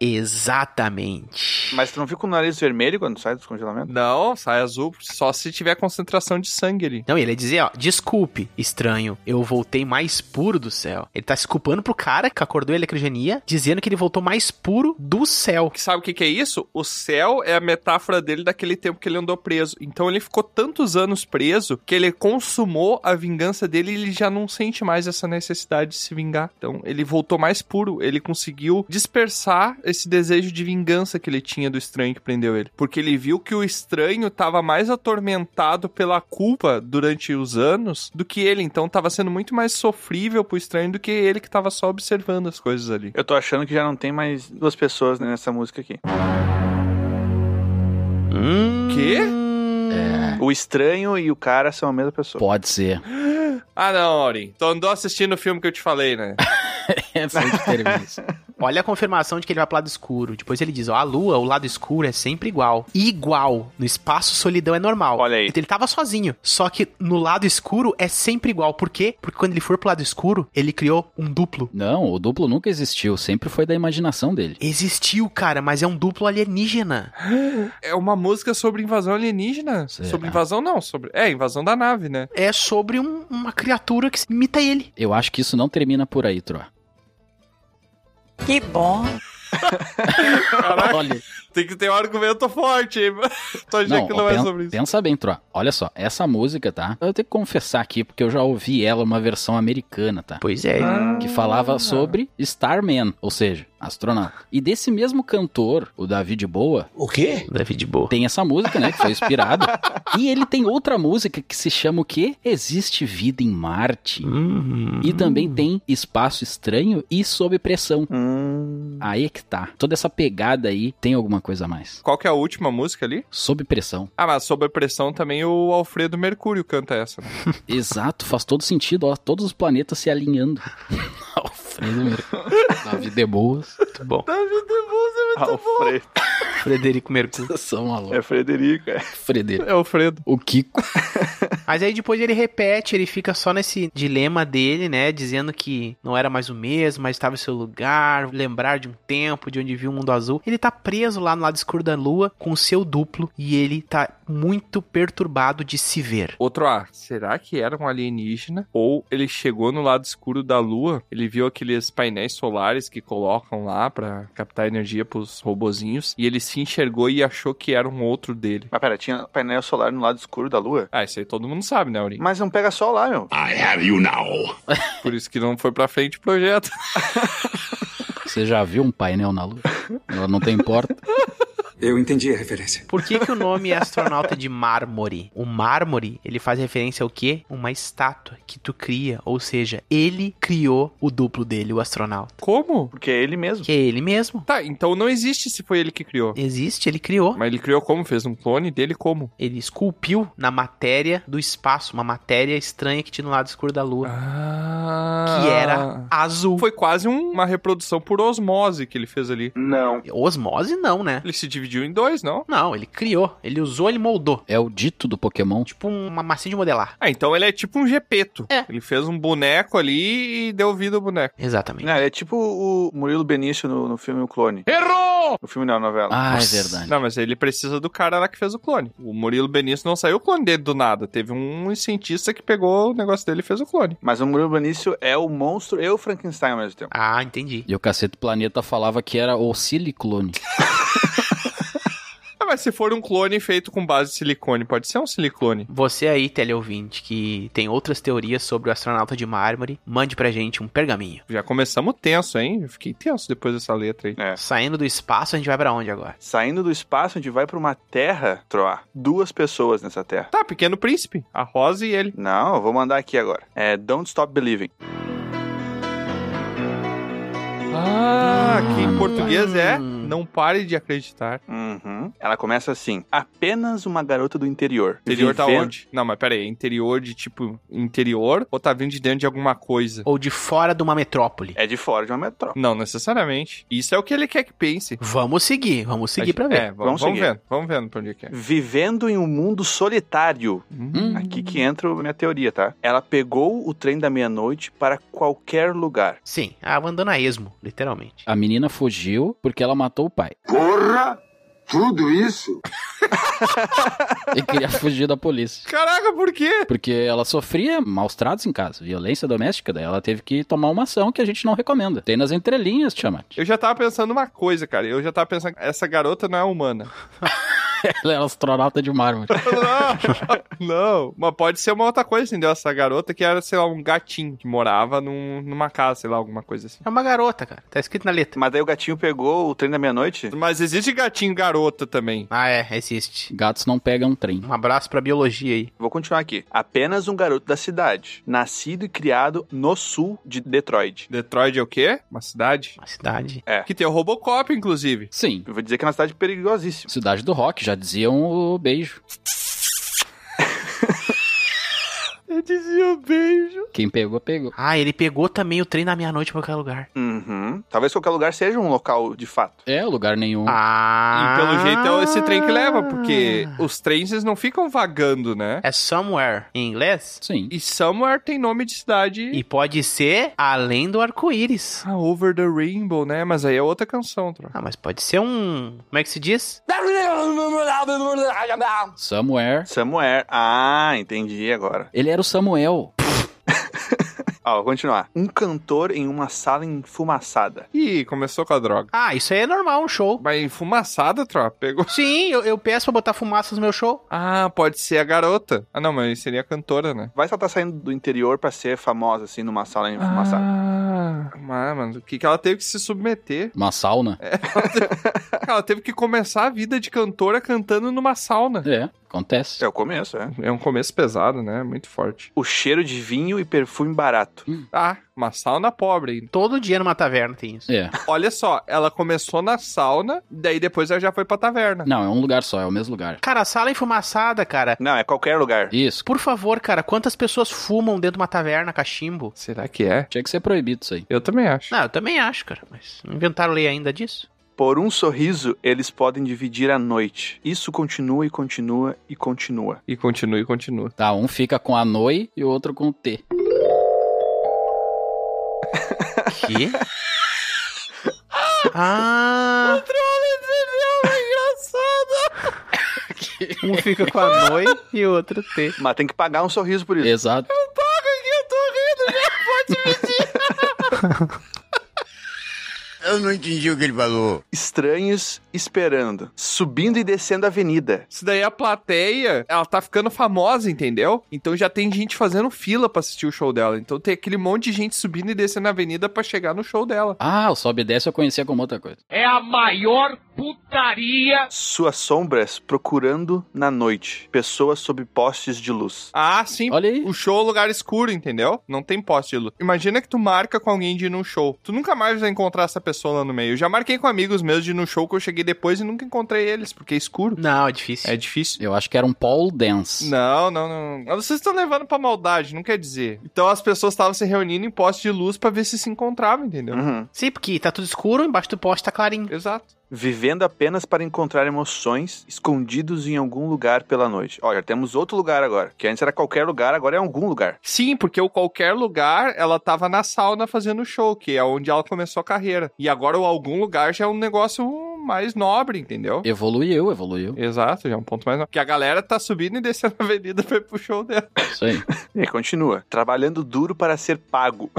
Speaker 5: Exatamente.
Speaker 2: Mas tu não fica com o nariz vermelho quando sai do descongelamento?
Speaker 1: Não, sai azul só se tiver concentração de sangue ali.
Speaker 5: Não, ele ia dizer, ó, desculpe, estranho, eu voltei mais puro do céu. Ele tá se culpando pro cara que acordou a elecrigenia, dizendo que ele voltou mais puro do céu.
Speaker 1: Que sabe o que, que é isso? O céu é a metáfora dele daquele tempo que ele andou preso. Então ele ficou tantos anos preso que ele consumou a vingança dele e ele já não sente mais essa necessidade de se vingar. Então ele voltou mais puro. Ele conseguiu dispersar esse desejo de vingança que ele tinha do estranho que prendeu ele. Porque ele viu que o estranho estava mais atormentado pela culpa durante os anos do que ele. Então estava sendo muito mais sofrível pro estranho do que ele que estava só observando as coisas ali.
Speaker 2: Eu tô achando que já não tem mais duas pessoas né, nessa música aqui.
Speaker 5: Hum.
Speaker 1: Quê?
Speaker 2: O estranho e o cara são a mesma pessoa.
Speaker 3: Pode ser.
Speaker 1: Ah, não, Aurim. Tu andou assistindo o filme que eu te falei, né?
Speaker 3: é fonte termista.
Speaker 5: Olha a confirmação de que ele vai pro lado escuro. Depois ele diz, ó, a lua, o lado escuro é sempre igual. Igual. No espaço, solidão é normal.
Speaker 2: Olha aí.
Speaker 5: Ele tava sozinho. Só que no lado escuro é sempre igual. Por quê? Porque quando ele for pro lado escuro, ele criou um duplo.
Speaker 3: Não, o duplo nunca existiu, sempre foi da imaginação dele.
Speaker 5: Existiu, cara, mas é um duplo alienígena.
Speaker 1: É uma música sobre invasão alienígena.
Speaker 3: Será?
Speaker 1: Sobre invasão, não. Sobre... É, invasão da nave, né?
Speaker 5: É sobre um- uma criatura que imita ele.
Speaker 3: Eu acho que isso não termina por aí, Troa.
Speaker 13: Que bom.
Speaker 1: Caraca,
Speaker 3: Olha,
Speaker 1: tem que ter um argumento forte, hein? Tô achando
Speaker 3: não,
Speaker 1: que não
Speaker 3: ó,
Speaker 1: é
Speaker 3: pen-
Speaker 1: sobre isso.
Speaker 3: pensa bem, Troa. Olha só, essa música, tá? Eu tenho que confessar aqui, porque eu já ouvi ela uma versão americana, tá?
Speaker 5: Pois é.
Speaker 3: Que
Speaker 1: Ah.
Speaker 3: falava sobre Starman, ou seja, astronauta. E desse mesmo cantor, o David Boa,
Speaker 8: O quê?
Speaker 5: David Boa.
Speaker 3: tem essa música, né? Que foi inspirada. e ele tem outra música que se chama o quê? Existe Vida em Marte.
Speaker 5: Uhum.
Speaker 3: E também tem Espaço Estranho e Sob Pressão.
Speaker 2: Hum.
Speaker 3: Aí é que tá. Toda essa pegada aí tem alguma coisa a mais.
Speaker 1: Qual que é a última música ali?
Speaker 3: Sob pressão.
Speaker 1: Ah, mas sob a pressão também o Alfredo Mercúrio canta essa. Né?
Speaker 3: Exato, faz todo sentido, ó. Todos os planetas se alinhando. Alfredo Mercúrio. Davi de Boas.
Speaker 5: Muito bom.
Speaker 2: Alfredo.
Speaker 5: Frederico Mercúrio.
Speaker 3: São maluco.
Speaker 2: Ah, É Frederico, é.
Speaker 3: Frederico.
Speaker 1: É Alfredo.
Speaker 3: O Kiko.
Speaker 5: Mas aí depois ele repete, ele fica só nesse dilema dele, né? Dizendo que não era mais o mesmo, mas estava em seu lugar, lembrar de um tempo, de onde viu o mundo azul. Ele tá preso lá no lado escuro da lua com o seu duplo e ele tá muito perturbado de se ver.
Speaker 1: Outro A. Será que era um alienígena? Ou ele chegou no lado escuro da Lua? Ele viu aqueles painéis solares que colocam lá pra captar energia pros robozinhos e ele se enxergou e achou que era um outro dele.
Speaker 2: Mas pera, tinha painel solar no lado escuro da lua?
Speaker 1: Ah, isso aí todo mundo sabe, né, Aurim?
Speaker 2: Mas não pega sol lá, meu.
Speaker 6: I have you now.
Speaker 1: Por isso que não foi pra frente o projeto.
Speaker 3: Você já viu um painel na Lua? Ela não tem porta.
Speaker 14: Eu entendi a referência.
Speaker 5: Por que, que o nome é astronauta de mármore? O mármore, ele faz referência ao quê? Uma estátua que tu cria, ou seja, ele criou o duplo dele, o astronauta.
Speaker 1: Como?
Speaker 2: Porque é ele mesmo.
Speaker 5: Que é ele mesmo.
Speaker 1: Tá, então não existe se foi ele que criou.
Speaker 5: Existe, ele criou.
Speaker 1: Mas ele criou como? Fez um clone dele como?
Speaker 5: Ele esculpiu na matéria do espaço, uma matéria estranha que tinha no lado escuro da lua,
Speaker 1: Ah.
Speaker 5: que era azul.
Speaker 1: Foi quase um- uma reprodução por osmose que ele fez ali.
Speaker 5: Hum.
Speaker 2: Não.
Speaker 1: um
Speaker 5: Osmose não, né?
Speaker 1: Ele se dividiu em dois, não?
Speaker 5: Não, ele criou, ele usou, ele moldou.
Speaker 3: É o dito do Pokémon.
Speaker 5: Tipo uma massinha de modelar.
Speaker 1: Ah, então ele é tipo um gepeto.
Speaker 5: É.
Speaker 1: Ele fez um boneco ali e deu vida ao boneco.
Speaker 5: Exatamente.
Speaker 2: Não, ele é tipo o Murilo Benício no, no filme O Clone.
Speaker 1: Errou!
Speaker 2: No filme não, na novela.
Speaker 3: Ah, é verdade.
Speaker 1: Não, mas ele precisa do cara lá que fez o clone. O Murilo Benício não saiu o clone dele do nada. Teve um cientista que pegou o negócio dele e fez o clone.
Speaker 2: Mas o Murilo Benício é o monstro e o Frankenstein ao mesmo tempo.
Speaker 5: Ah, entendi.
Speaker 3: E o Cacete Planeta falava que era o Siliclone.
Speaker 1: Ah, mas se for um clone feito com base de silicone, pode ser um silicone.
Speaker 5: Você aí, teleouvinte, que tem outras teorias sobre o astronauta de mármore, mande pra gente um pergaminho.
Speaker 1: Já começamos tenso, hein? Eu fiquei tenso depois dessa letra aí.
Speaker 2: É.
Speaker 5: Saindo do espaço, a gente vai pra onde agora?
Speaker 2: Saindo do espaço, a gente vai pra uma terra, Troar. Duas pessoas nessa terra.
Speaker 1: Tá, Pequeno Príncipe. A Rosa e ele.
Speaker 2: Não, eu vou mandar aqui agora. É Don't Stop Believing.
Speaker 1: Ah, que em português é
Speaker 5: Hum.
Speaker 1: Não Pare de Acreditar.
Speaker 2: Uhum. Ela começa assim: apenas uma garota do interior.
Speaker 1: Interior tá
Speaker 2: Vivendo-
Speaker 1: onde? Não, mas pera aí. Interior de tipo interior ou tá vindo de dentro de alguma coisa?
Speaker 5: Ou de fora de uma metrópole?
Speaker 2: É de fora de uma metrópole.
Speaker 1: Não necessariamente. Isso é o que ele quer que pense.
Speaker 5: Vamos seguir, vamos seguir pra ver.
Speaker 1: É, vamos,
Speaker 2: Vamos
Speaker 1: vamos
Speaker 2: seguir.
Speaker 1: vendo. Vamos vendo pra onde que é.
Speaker 2: Vivendo em um mundo solitário.
Speaker 3: Hum.
Speaker 2: Aqui que entra a minha teoria, tá? Ela pegou o trem da meia-noite para qualquer lugar.
Speaker 5: Sim, ah, andando a esmo, literalmente.
Speaker 3: A menina fugiu porque ela matou o pai.
Speaker 14: Porra! Tudo isso?
Speaker 3: E queria fugir da polícia.
Speaker 1: Caraca, por quê?
Speaker 3: Porque ela sofria maus tratos em casa, violência doméstica, daí ela teve que tomar uma ação que a gente não recomenda. Tem nas entrelinhas, Tiamat.
Speaker 1: Eu já tava pensando uma coisa, cara. Eu já tava pensando, essa garota não é humana.
Speaker 3: Ela era astronauta de mármore.
Speaker 1: não, não. Mas pode ser uma outra coisa, entendeu? Essa garota que era, sei lá, um gatinho que morava num- numa casa, sei lá, alguma coisa assim.
Speaker 5: É uma garota, cara. Tá escrito na letra.
Speaker 2: Mas daí o gatinho pegou o trem da meia-noite.
Speaker 1: Mas existe gatinho garota também.
Speaker 5: Ah, é, existe.
Speaker 3: Gatos não pegam trem.
Speaker 5: Um abraço pra biologia aí.
Speaker 2: Vou continuar aqui. Apenas um garoto da cidade, nascido e criado no sul de Detroit.
Speaker 1: Detroit é o quê? Uma cidade?
Speaker 5: Uma cidade.
Speaker 1: Que tem o Robocop, inclusive.
Speaker 3: Sim.
Speaker 2: Eu vou dizer que é uma cidade perigosíssima.
Speaker 3: Cidade do Rock, já diziam o beijo.
Speaker 1: É dizia um beijo.
Speaker 3: Quem pegou, pegou.
Speaker 5: Ah, ele pegou também o trem na meia-noite pra qualquer lugar.
Speaker 2: Uhum. Talvez qualquer lugar seja um local de fato.
Speaker 3: É, lugar nenhum.
Speaker 5: Ah.
Speaker 1: E pelo jeito é esse trem que leva, porque os trens eles não ficam vagando, né?
Speaker 5: É somewhere em inglês?
Speaker 3: Sim.
Speaker 1: E somewhere tem nome de cidade.
Speaker 5: E pode ser além do arco-íris.
Speaker 1: Ah, Over the Rainbow, né? Mas aí é outra canção, troca.
Speaker 5: Ah, mas pode ser um. Como é que se diz?
Speaker 3: Somewhere.
Speaker 2: Samuel. Ah, entendi agora.
Speaker 3: Ele era o Samuel.
Speaker 2: Ó, vou continuar. Um cantor em uma sala enfumaçada.
Speaker 1: Ih, começou com a droga.
Speaker 5: Ah, isso aí é normal, um show.
Speaker 1: Mas enfumaçada, troca. Pegou.
Speaker 5: Sim, eu, eu peço pra botar fumaça no meu show.
Speaker 1: Ah, pode ser a garota. Ah, não, mas seria a cantora, né?
Speaker 2: Vai se ela tá saindo do interior pra ser famosa, assim, numa sala enfumaçada.
Speaker 1: Ah, mas, mano, o que, que ela teve que se submeter?
Speaker 3: Uma sauna.
Speaker 1: Ela teve que começar a vida de cantora cantando numa sauna.
Speaker 3: É, acontece.
Speaker 2: É o começo, é.
Speaker 1: É um começo pesado, né? Muito forte.
Speaker 2: O cheiro de vinho e perfume barato.
Speaker 1: Ah, uma sauna pobre ainda.
Speaker 5: Todo dia numa taverna tem isso.
Speaker 3: É.
Speaker 1: Olha só, ela começou na sauna, daí depois ela já foi pra taverna.
Speaker 3: Não, é um lugar só, é o mesmo lugar.
Speaker 5: Cara, a sala enfumaçada, cara.
Speaker 2: Não, é qualquer lugar.
Speaker 3: Isso.
Speaker 5: Por favor, cara, quantas pessoas fumam dentro de uma taverna, cachimbo?
Speaker 1: Será que é?
Speaker 3: Tinha que ser proibido isso aí.
Speaker 1: Eu também acho.
Speaker 5: Não, eu também acho, cara, mas não inventaram lei ainda disso?
Speaker 2: Por um sorriso, eles podem dividir a noite. Isso continua e continua e continua.
Speaker 1: E continua, e continua.
Speaker 3: Tá, um fica com a Noi e o outro com o T.
Speaker 5: Que? ah, um fica com a noi e o outro T.
Speaker 2: Mas tem que pagar um sorriso por isso.
Speaker 3: Exato.
Speaker 15: Eu não entendi o que ele falou.
Speaker 2: Estranhos esperando. Subindo e descendo a avenida.
Speaker 1: Isso daí é a plateia, ela tá ficando famosa, entendeu? Então já tem gente fazendo fila pra assistir o show dela. Então tem aquele monte de gente subindo e descendo a avenida pra chegar no show dela.
Speaker 3: Ah, o sobe e desce eu conhecia como outra coisa.
Speaker 11: É a maior putaria.
Speaker 2: Suas sombras procurando na noite. Pessoas sob postes de luz.
Speaker 1: Ah, sim.
Speaker 3: Olha aí.
Speaker 1: O show é um lugar escuro, entendeu? Não tem poste de luz. Imagina que tu marca com alguém de ir num show. Tu nunca mais vai encontrar essa pessoa lá no meio. Eu já marquei com amigos meus de ir num show que eu cheguei depois e nunca encontrei eles, porque é escuro.
Speaker 5: Não, é difícil.
Speaker 1: É difícil.
Speaker 3: Eu acho que era um pole dance.
Speaker 1: Não, não, não. não. Vocês estão levando pra maldade, não quer dizer. Então as pessoas estavam se reunindo em poste de luz pra ver se se encontravam, entendeu?
Speaker 2: Uhum.
Speaker 5: Sim, porque tá tudo escuro, embaixo do poste tá clarinho.
Speaker 1: Exato.
Speaker 2: Vivendo apenas para encontrar emoções escondidos em algum lugar pela noite. Olha, temos outro lugar agora. Que antes era qualquer lugar, agora é algum lugar.
Speaker 1: Sim, porque o qualquer lugar, ela tava na sauna fazendo show, que é onde ela começou a carreira. E agora o algum lugar já é um negócio mais nobre, entendeu?
Speaker 3: Evoluiu, evoluiu.
Speaker 1: Exato, já é um ponto mais nobre. Que a galera tá subindo e descendo a avenida pra ir pro show dela.
Speaker 3: Isso aí.
Speaker 2: E continua. Trabalhando duro para ser pago.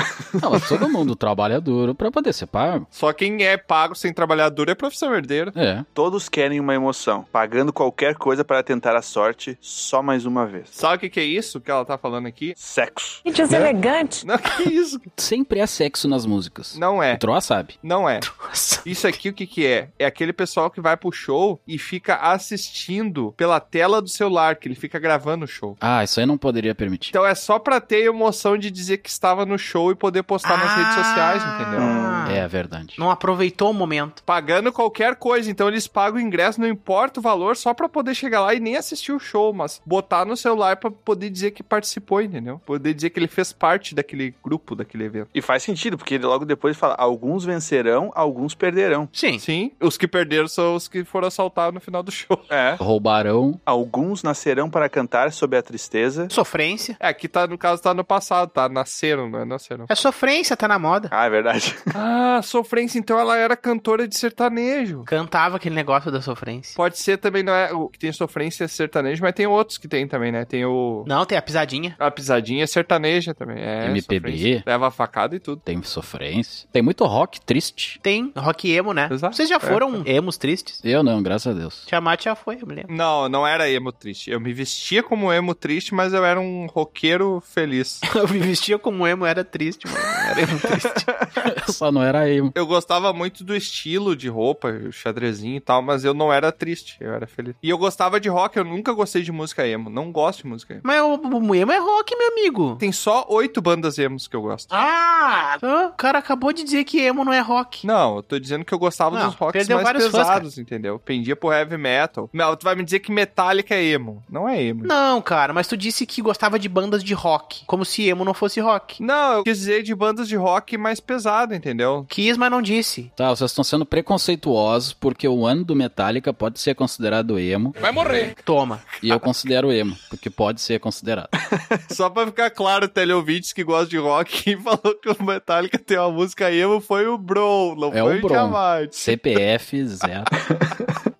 Speaker 3: Não, mas todo mundo trabalha duro pra poder ser pago.
Speaker 1: Só quem é pago sem trabalhar duro é profissão herdeira.
Speaker 3: É.
Speaker 2: Todos querem uma emoção, pagando qualquer coisa para tentar a sorte só mais uma vez.
Speaker 1: Sabe o que, que é isso que ela tá falando aqui?
Speaker 2: Sexo.
Speaker 13: Gente, é. elegante.
Speaker 1: Não, que isso?
Speaker 3: Sempre há sexo nas músicas.
Speaker 1: Não é.
Speaker 3: O Troá sabe.
Speaker 1: Não é. Isso aqui o que que é? É aquele pessoal que vai pro show e fica assistindo pela tela do celular, que ele fica gravando o show.
Speaker 3: Ah, isso aí não poderia permitir.
Speaker 1: Então é só pra ter emoção de dizer que estava no show e poder postar nas
Speaker 5: Ah.
Speaker 1: redes sociais, entendeu?
Speaker 3: É verdade.
Speaker 5: Não aproveitou o momento.
Speaker 1: Pagando qualquer coisa, então eles pagam o ingresso, não importa o valor, só pra poder chegar lá e nem assistir o show, mas botar no celular pra poder dizer que participou, entendeu? Poder dizer que ele fez parte daquele grupo, daquele evento.
Speaker 2: E faz sentido, porque ele logo depois fala: alguns vencerão, alguns perderão.
Speaker 5: Sim.
Speaker 1: Sim, os que perderam são os que foram assaltados no final do show.
Speaker 2: É.
Speaker 3: Roubarão.
Speaker 2: Alguns nascerão para cantar sob a tristeza.
Speaker 5: Sofrência.
Speaker 1: É, aqui tá, no caso, tá no passado, tá? Nasceram, não é? Nasceram.
Speaker 5: É sofrência, tá na moda.
Speaker 2: Ah, é verdade.
Speaker 1: Ah, Sofrência, então ela era cantora de sertanejo.
Speaker 5: Cantava aquele negócio da sofrência.
Speaker 1: Pode ser também, não é? O que tem Sofrência é sertanejo, mas tem outros que tem também, né? Tem o.
Speaker 5: Não, tem a pisadinha.
Speaker 1: A pisadinha é sertaneja também. É,
Speaker 3: MPB.
Speaker 1: Sofrência. Leva a facada e tudo.
Speaker 3: Tem sofrência. Tem muito rock triste.
Speaker 5: Tem rock emo, né?
Speaker 1: Exato.
Speaker 5: Vocês já foram emos tristes?
Speaker 3: Eu não, graças a Deus.
Speaker 5: Tiamat já foi, eu me lembro.
Speaker 1: Não, não era emo triste. Eu me vestia como emo triste, mas eu era um roqueiro feliz.
Speaker 5: Eu me vestia como emo, era triste, mano. Era emo triste.
Speaker 3: Eu só não era eu.
Speaker 1: Eu gostava muito do estilo de roupa, o xadrezinho e tal, mas eu não era triste, eu era feliz. E eu gostava de rock, eu nunca gostei de música emo. Não gosto de música emo.
Speaker 5: Mas o, o emo é rock, meu amigo.
Speaker 1: Tem só oito bandas emos que eu gosto.
Speaker 5: Ah! O cara acabou de dizer que emo não é rock.
Speaker 1: Não, eu tô dizendo que eu gostava
Speaker 5: Não,
Speaker 1: dos rocks
Speaker 5: perdeu
Speaker 1: mais mais
Speaker 5: vários fãs, cara.
Speaker 1: pesados, entendeu? Pendia pro heavy metal. Não, tu vai me dizer que Metallica é emo. Não é emo.
Speaker 5: Não, cara, mas tu disse que gostava de bandas de rock, como se emo não fosse rock.
Speaker 1: Não, eu quis dizer de bandas de rock mais pesado, entendeu?
Speaker 5: Quis, mas não disse.
Speaker 3: Tá, vocês estão sendo preconceituosos porque o ano do Metallica pode ser considerado emo.
Speaker 1: Vai morrer.
Speaker 5: Toma.
Speaker 3: E eu considero emo, porque pode ser considerado.
Speaker 1: Só pra ficar claro, teleouvintes que gostam de rock, quem falou que o Metallica tem uma música emo foi o Bro, não
Speaker 3: É
Speaker 1: foi
Speaker 3: o
Speaker 1: o
Speaker 3: Bron.
Speaker 1: Diamante.
Speaker 3: CPF zero.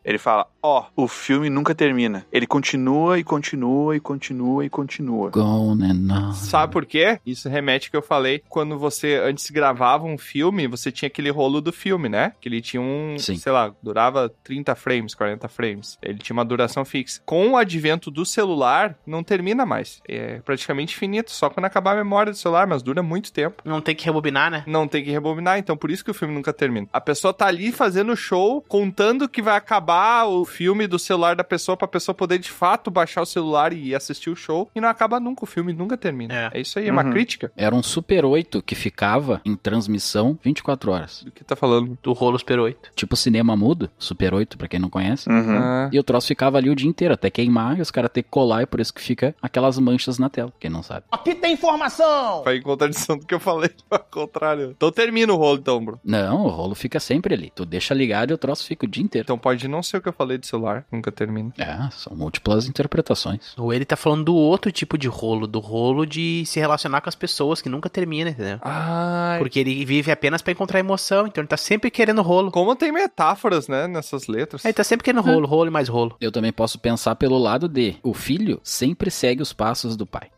Speaker 2: Ele fala, ó, o filme nunca termina. Ele continua e continua e continua e continua.
Speaker 3: Gone and on.
Speaker 1: Sabe por quê? Isso remete ao que eu falei quando você antes gravava um filme, você tinha aquele rolo do filme, né? Que ele tinha um,
Speaker 3: Sim.
Speaker 1: sei lá, durava 30 frames, 40 frames. Ele tinha uma duração fixa. Com o advento do celular, não termina mais. É praticamente finito, só quando acabar a memória do celular, mas dura muito tempo.
Speaker 5: Não tem que rebobinar, né?
Speaker 1: Não tem que rebobinar, então por isso que o filme nunca termina. A pessoa tá ali fazendo o show, contando que vai acabar o filme do celular da pessoa pra pessoa poder de fato baixar o celular e assistir o show. E não acaba nunca, o filme nunca termina. É, isso aí, é uma
Speaker 2: Uhum.
Speaker 1: crítica.
Speaker 3: Era um Super 8 que ficava em transmissão 24 horas.
Speaker 1: Do que tá falando?
Speaker 5: Do rolo Super 8.
Speaker 3: Tipo cinema mudo, Super 8, pra quem não conhece.
Speaker 2: Uhum.
Speaker 1: Ah.
Speaker 3: E o troço ficava ali o dia inteiro, até queimar, e os caras ter que colar, e por isso que fica aquelas manchas na tela, quem não sabe.
Speaker 11: Aqui tem informação!
Speaker 1: Vai em contradição do que eu falei, ao contrário. Então termina o rolo, então, bro.
Speaker 3: Não, o rolo fica sempre ali. Tu deixa ligado e o troço fica o dia inteiro.
Speaker 1: Então pode não ser o que eu falei de celular, nunca termina.
Speaker 3: É, são múltiplas interpretações.
Speaker 5: Ou ele tá falando do outro tipo de rolo, do rolo de se relacionar com as pessoas, que nunca termina, entendeu?
Speaker 1: Ah,
Speaker 5: Porque ele vive apenas pra encontrar emoção, então ele tá sempre querendo rolo.
Speaker 1: como tem metáforas, né, nessas letras.
Speaker 2: É,
Speaker 5: Ele
Speaker 2: então,
Speaker 5: tá sempre querendo rolo, rolo e mais rolo.
Speaker 3: Eu também posso pensar pelo lado de o filho sempre segue os passos do pai.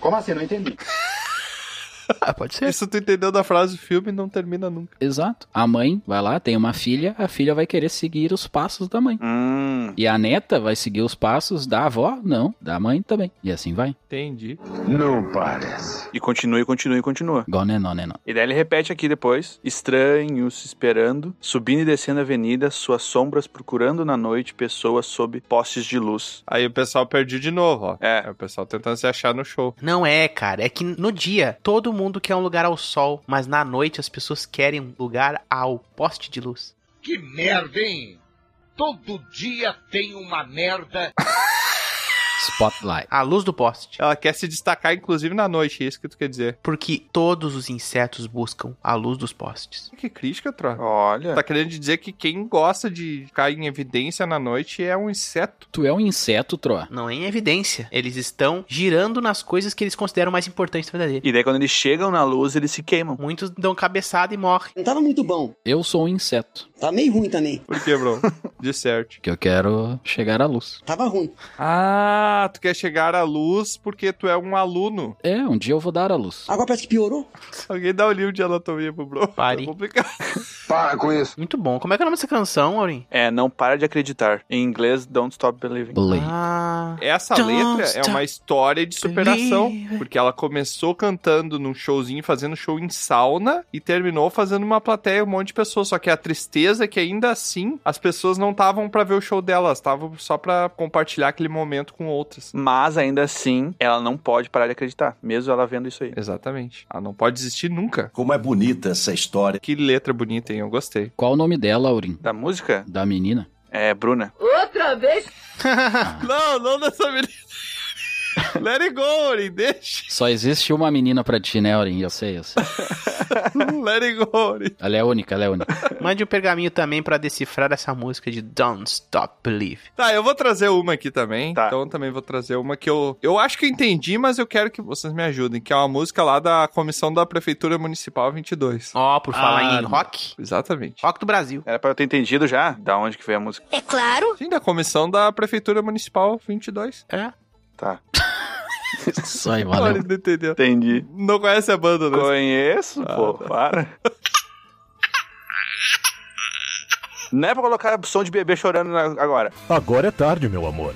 Speaker 14: Como assim? Não entendi.
Speaker 5: Ah, pode ser.
Speaker 1: Isso tu entendeu da frase, o filme não termina nunca.
Speaker 3: Exato. A mãe vai lá, tem uma filha, a filha vai querer seguir os passos da mãe.
Speaker 2: Hum.
Speaker 3: E a neta vai seguir os passos da avó? Não, da mãe também. E assim vai.
Speaker 1: Entendi.
Speaker 14: Não parece.
Speaker 2: E continua e continua e continua.
Speaker 3: Gone on and on.
Speaker 2: E daí ele repete aqui depois: estranhos esperando, subindo e descendo a avenida, suas sombras procurando na noite pessoas sob postes de luz.
Speaker 1: Aí o pessoal perdiu de novo, ó.
Speaker 2: É.
Speaker 1: É o pessoal tentando se achar no show.
Speaker 5: Não é, cara. É que no dia todo mundo quer um lugar ao sol, mas na noite as pessoas querem um lugar ao poste de luz.
Speaker 4: Que merda, hein? Todo dia tem uma merda.
Speaker 3: Spotlight.
Speaker 5: A luz do poste.
Speaker 1: Ela quer se destacar, inclusive, na noite, é isso que tu quer dizer.
Speaker 5: Porque todos os insetos buscam a luz dos postes.
Speaker 1: Que crítica, Tro.
Speaker 2: Olha.
Speaker 1: Tá querendo dizer que quem gosta de ficar em evidência na noite é um inseto.
Speaker 3: Tu é um inseto, Troa.
Speaker 5: Não é em evidência. Eles estão girando nas coisas que eles consideram mais importantes da vida dele.
Speaker 2: E daí quando eles chegam na luz, eles se queimam.
Speaker 5: Muitos dão cabeçada e morrem.
Speaker 11: Não tava muito bom.
Speaker 3: Eu sou um inseto,
Speaker 11: Tava meio ruim também.
Speaker 1: Por que, bro? De certo.
Speaker 3: que eu quero chegar à luz.
Speaker 11: Tava ruim.
Speaker 1: Ah, tu quer chegar à luz porque tu é um aluno.
Speaker 3: É, um dia eu vou dar à luz.
Speaker 11: Agora parece que piorou.
Speaker 1: Alguém dá o livro de anatomia pro bro.
Speaker 5: Pare.
Speaker 1: É complicado.
Speaker 14: Para com isso.
Speaker 5: Muito bom. Como é que é o nome dessa canção, Aurim?
Speaker 2: É, não para de acreditar. Em inglês, don't stop believing.
Speaker 3: Blade.
Speaker 5: Ah.
Speaker 1: Essa
Speaker 5: Don't
Speaker 1: letra é
Speaker 5: stop
Speaker 1: uma história de superação.
Speaker 5: believing.
Speaker 1: Porque ela começou cantando num showzinho, fazendo show em sauna e terminou fazendo uma plateia, um monte de pessoas. Só que a tristeza é que ainda assim as pessoas não estavam pra ver o show delas, estavam só pra compartilhar aquele momento com outras.
Speaker 2: Mas ainda assim, ela não pode parar de acreditar, mesmo ela vendo isso aí.
Speaker 1: Exatamente. Ela não pode desistir nunca.
Speaker 9: Como é bonita essa história.
Speaker 1: Que letra bonita, hein? Eu gostei.
Speaker 3: Qual o nome dela, Aurim?
Speaker 2: Da música?
Speaker 3: Da menina? Ah.
Speaker 2: É, Bruna.
Speaker 12: Outra vez?
Speaker 1: Não, não dessa menina. Let it go, Ori, deixa.
Speaker 3: Só existe uma menina pra ti, né, Aurim? Eu sei, eu sei.
Speaker 1: Let it go, Ori.
Speaker 3: Ela é única, ela é única.
Speaker 5: Mande um pergaminho também pra decifrar essa música de Don't Stop Believe.
Speaker 1: Tá, eu vou trazer uma aqui também.
Speaker 2: Tá.
Speaker 1: Então eu também vou trazer uma que eu. Eu acho que eu entendi, mas eu quero que vocês me ajudem. Que é uma música lá da Comissão da Prefeitura Municipal 22.
Speaker 5: Ó, por falar
Speaker 3: Ah,
Speaker 5: em
Speaker 3: não.
Speaker 5: rock.
Speaker 1: Exatamente.
Speaker 5: Rock do Brasil.
Speaker 2: Era pra eu ter entendido já da onde que veio a música.
Speaker 12: É claro.
Speaker 1: Sim, da Comissão da Prefeitura Municipal 22.
Speaker 5: É.
Speaker 2: Tá.
Speaker 3: Isso aí,
Speaker 1: Olha,
Speaker 3: valeu.
Speaker 1: não entendeu.
Speaker 2: Entendi.
Speaker 1: Não conhece a banda, né?
Speaker 2: Conheço, pô, para. Não é pra colocar som de bebê chorando na- agora.
Speaker 9: Agora é tarde, meu amor.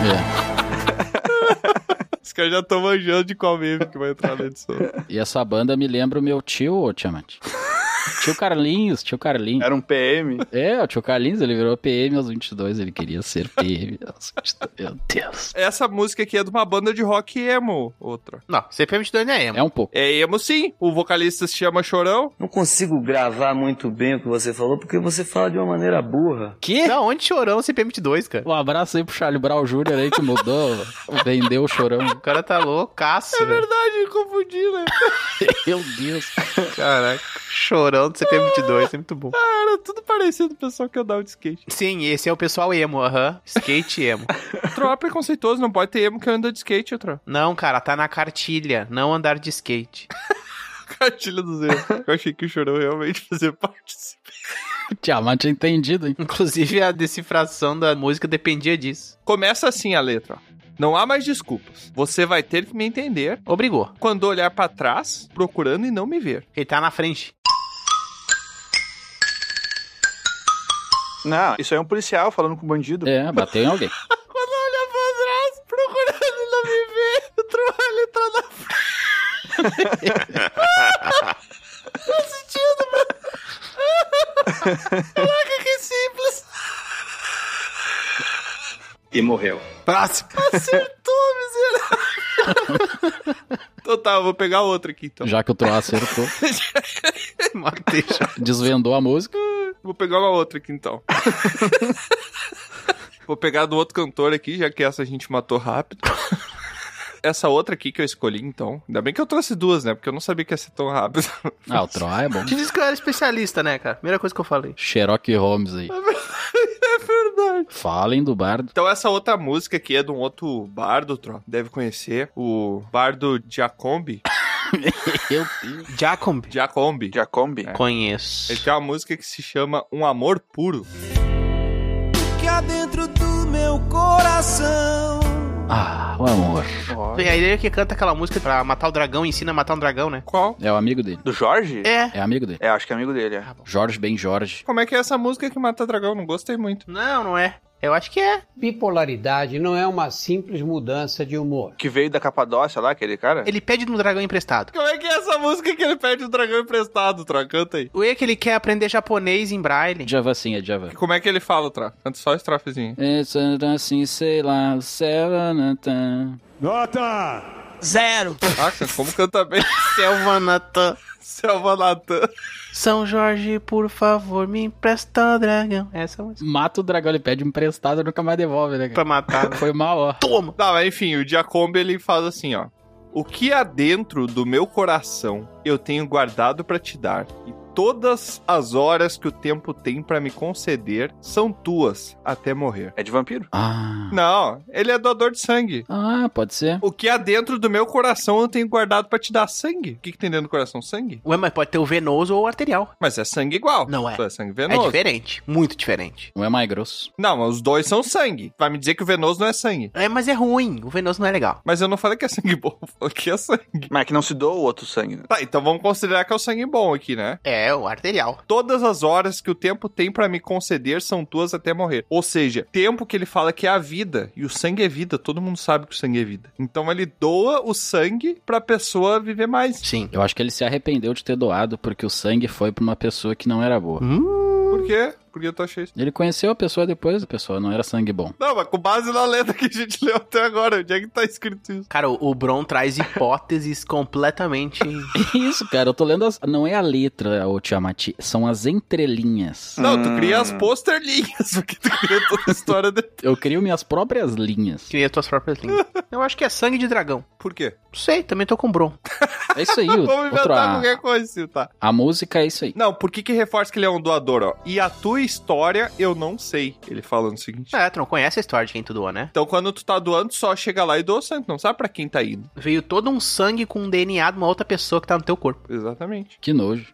Speaker 3: É.
Speaker 1: Os caras já estão manjando de qual meme que vai entrar na edição.
Speaker 3: E essa banda me lembra o meu tio, ô Tiamat. Tio Carlinhos, tio Carlinhos.
Speaker 2: Era um PM?
Speaker 3: É, o tio Carlinhos, ele virou PM aos 22, ele queria ser PM aos 22. Meu Deus.
Speaker 1: Essa música aqui é de uma banda de rock emo, outra.
Speaker 5: Não, CPM22 não é emo.
Speaker 3: É um pouco.
Speaker 1: É emo sim, o vocalista se chama Chorão.
Speaker 16: Não consigo gravar muito bem o que você falou, porque você fala de uma maneira burra.
Speaker 3: Que?
Speaker 5: Da onde Chorão CPM22, cara?
Speaker 3: Um abraço aí pro Charlie Brown Jr. aí que mudou, vendeu o Chorão.
Speaker 5: O cara tá loucaço,
Speaker 1: É
Speaker 5: velho.
Speaker 1: verdade, confundi, né?
Speaker 3: Meu Deus.
Speaker 5: Caraca, chorão do CP22, é muito bom.
Speaker 1: Ah, era tudo parecido o pessoal que andava de skate.
Speaker 5: Sim, esse é o pessoal emo, aham. Skate emo.
Speaker 1: Troll é preconceituoso, não pode ter emo que anda de skate, Troll.
Speaker 5: Não, cara, tá na cartilha, não andar de skate.
Speaker 1: Cartilha do Zero. Eu achei que o Chorão realmente fazia parte desse
Speaker 3: Tiamat tinha é entendido, hein?
Speaker 5: Inclusive, a decifração da música dependia disso.
Speaker 1: Começa assim a letra. ó. Não há mais desculpas. Você vai ter que me entender
Speaker 5: Obrigou.
Speaker 1: quando olhar pra trás, procurando e não me ver.
Speaker 5: Ele tá na frente.
Speaker 2: Não, isso aí é um policial falando com um bandido.
Speaker 3: É, bateu em alguém.
Speaker 1: Quando olhar pra trás, procurando e não me ver, o Troll tá na frente. Faz sentido, mano. Caraca, que simples.
Speaker 6: E morreu.
Speaker 5: Próximo.
Speaker 1: Acertou, miserável. então tá, eu vou pegar outro aqui então.
Speaker 3: Já que o Troá acertou,
Speaker 5: Matei.
Speaker 3: desvendou a música.
Speaker 1: Vou pegar uma outra aqui então. Vou pegar do outro cantor aqui, já que essa a gente matou rápido. Essa outra aqui que eu escolhi, então. Ainda bem que eu trouxe duas, né? Porque eu não sabia que ia ser tão rápido.
Speaker 3: Ah, o Troá é bom.
Speaker 5: Te disse que eu era especialista, né, cara? Primeira coisa que eu falei.
Speaker 3: Sherlock Holmes aí.
Speaker 1: é verdade.
Speaker 3: Falem do bardo.
Speaker 1: Então, essa outra música aqui é de um outro bardo, Tro. Deve conhecer. O bardo Giacombi.
Speaker 3: Meu Deus.
Speaker 5: Jacob.
Speaker 1: Giacombi.
Speaker 2: Jacombi.
Speaker 5: É. Conheço.
Speaker 1: Ele tem uma música que se chama Um Amor Puro.
Speaker 11: que há dentro do meu coração.
Speaker 3: Ah, o amor.
Speaker 5: E aí ele que canta aquela música pra matar o dragão, ensina a matar um dragão, né?
Speaker 1: Qual?
Speaker 3: É o amigo dele.
Speaker 2: Do Jorge?
Speaker 5: É.
Speaker 3: É amigo dele.
Speaker 2: É, acho que é amigo dele, é.
Speaker 1: Tá
Speaker 3: Jorge bem Jorge.
Speaker 1: Como é que é essa música que mata dragão? Não gostei muito.
Speaker 5: Não, não é. Eu acho que é.
Speaker 8: Bipolaridade não é uma simples mudança de humor.
Speaker 2: Que veio da Capadócia lá, aquele cara?
Speaker 5: Ele pede um dragão emprestado.
Speaker 1: Como é que é essa música que ele pede o dragão emprestado, Tro? Canta aí.
Speaker 5: O E é que ele quer aprender japonês em braille.
Speaker 3: Java sim, é Java.
Speaker 1: Como é que ele fala, Tro? Canta só a estrofezinha.
Speaker 3: It's assim, sei lá, né, tá. o céu, nanatã.
Speaker 9: Nota!
Speaker 11: Zero.
Speaker 1: Nossa, como canta bem
Speaker 5: Selva Natan.
Speaker 1: Selva Natan.
Speaker 5: é São Jorge, por favor, me empresta o dragão. Essa é a música.
Speaker 3: Mata o dragão, ele pede emprestado, nunca mais devolve, né,
Speaker 5: Pra
Speaker 3: cara?
Speaker 5: matar. né?
Speaker 3: Foi mal, ó.
Speaker 5: Toma!
Speaker 1: Tá, mas enfim, o Giacombi ele faz assim, ó. O que há dentro do meu coração eu tenho guardado pra te dar. E todas as horas que o tempo tem pra me conceder são tuas até morrer.
Speaker 2: É de vampiro?
Speaker 3: Ah.
Speaker 1: Não, ele é doador de sangue.
Speaker 3: Ah, pode ser.
Speaker 1: O que há dentro do meu coração eu tenho guardado pra te dar sangue. O que, que tem dentro do coração? Sangue?
Speaker 5: Ué, mas pode ter o venoso ou o arterial.
Speaker 1: Mas é sangue igual.
Speaker 5: Não é.
Speaker 1: Só é sangue
Speaker 5: É
Speaker 1: venoso.
Speaker 5: diferente. Muito diferente.
Speaker 3: Um é mais grosso.
Speaker 1: não, mas os dois são sangue. Vai me dizer que o venoso não é sangue.
Speaker 5: É, mas é ruim. O venoso não é legal.
Speaker 1: Mas eu não falei que é sangue bom, eu falei que é sangue.
Speaker 2: Mas é que não se doa o outro sangue. né?
Speaker 1: Tá, então vamos considerar que é o sangue bom aqui, né?
Speaker 5: É, o arterial.
Speaker 1: Todas as horas que o tempo tem pra me conceder são tuas até morrer. Ou seja, tempo que ele fala que é a vida e o sangue é vida, todo mundo sabe que o sangue é vida. Então ele doa o sangue pra pessoa viver mais.
Speaker 5: Sim.
Speaker 3: Eu acho que ele se arrependeu de ter doado porque o sangue foi pra uma pessoa que não era boa.
Speaker 5: Hum?
Speaker 1: Por quê? Porque eu tô achei isso.
Speaker 3: Ele conheceu a pessoa depois, a pessoa não era sangue bom.
Speaker 1: Não, mas com base na letra que a gente leu até agora, onde é que tá escrito isso?
Speaker 5: Cara, o o Bron traz hipóteses completamente.
Speaker 3: É Isso, cara, eu tô lendo as... Não é a letra, ô Tiamat, são as entrelinhas.
Speaker 1: Não, tu
Speaker 2: Hum.
Speaker 1: cria as posterlinhas, porque tu cria toda a história de...
Speaker 3: Eu crio minhas próprias linhas.
Speaker 5: Cria tuas próprias línguas. Eu acho que é sangue de dragão.
Speaker 1: Por quê?
Speaker 5: Não sei, também tô com o Bron.
Speaker 3: É isso aí, o-
Speaker 1: Vamos
Speaker 3: outro,
Speaker 1: inventar
Speaker 3: a,
Speaker 1: qualquer coisa, Sil, tá?
Speaker 3: a música é isso aí.
Speaker 1: Não, por que que reforça que ele é um doador, ó? E a tua história eu não sei. Ele falando o seguinte.
Speaker 5: É, tu não conhece a história de quem tu doa, né?
Speaker 1: Então quando tu tá doando, tu só chega lá e doa o sangue. Não sabe pra quem tá indo.
Speaker 5: Veio todo um sangue com um DNA de uma outra pessoa que tá no teu corpo.
Speaker 1: Exatamente.
Speaker 3: Que nojo.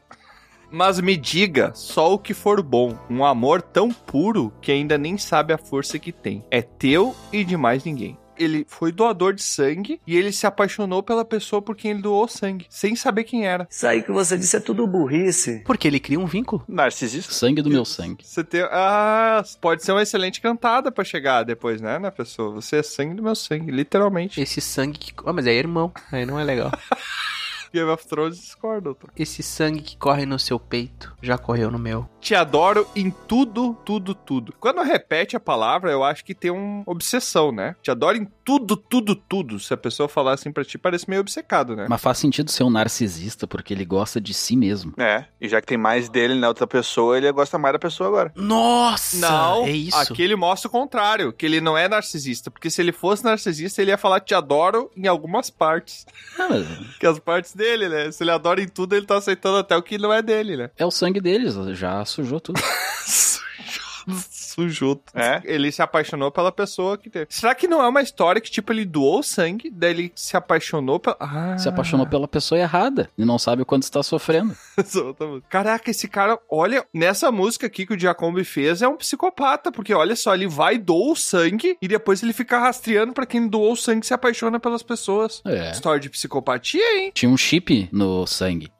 Speaker 1: Mas me diga só o que for bom. Um amor tão puro que ainda nem sabe a força que tem. É teu e de mais ninguém. Ele foi doador de sangue e ele se apaixonou pela pessoa por quem ele doou sangue, sem saber quem era.
Speaker 16: Isso aí que você disse é tudo burrice.
Speaker 5: Porque ele cria um vínculo.
Speaker 2: Narcisista.
Speaker 3: Sangue do meu sangue.
Speaker 1: Você tem. Ah, pode ser uma excelente cantada pra chegar depois, né, na pessoa? Você é sangue do meu sangue, literalmente.
Speaker 5: Esse sangue que. Ah, mas é irmão. Aí não é legal.
Speaker 1: Game of Thrones discorda, tá?
Speaker 5: Esse sangue que corre no seu peito já correu no meu.
Speaker 1: Te adoro em tudo, tudo, tudo. Quando repete a palavra, eu acho que tem uma obsessão, né? Te adoro em tudo, tudo, tudo. Se a pessoa falar assim pra ti, parece meio obcecado, né?
Speaker 3: Mas faz sentido ser um narcisista, porque ele gosta de si mesmo.
Speaker 2: É, e já que tem mais dele na outra pessoa, ele gosta mais da pessoa agora.
Speaker 5: Nossa!
Speaker 1: Não,
Speaker 5: é isso.
Speaker 1: aqui ele mostra o contrário, que ele não é narcisista. Porque se ele fosse narcisista, ele ia falar te adoro em algumas partes.
Speaker 3: Ah, mas
Speaker 1: Que as partes dele, né? Se ele adora em tudo, ele tá aceitando até o que não é dele, né?
Speaker 3: é o sangue deles, já sujou tudo.
Speaker 1: Sujou. tudo. Ele se apaixonou pela pessoa que teve. É? Será que não é uma história que, tipo, ele doou o sangue, daí ele se apaixonou pela. Ah.
Speaker 3: Se apaixonou pela pessoa errada e não sabe o quanto está sofrendo.
Speaker 1: Só outra música. Caraca, esse cara, olha, nessa música aqui que o Giacombi fez, é um psicopata, porque olha só, ele vai, doa o sangue e depois ele fica rastreando pra quem doou o sangue e se apaixona pelas pessoas.
Speaker 3: É.
Speaker 1: História de psicopatia, hein?
Speaker 3: Tinha um chip no sangue.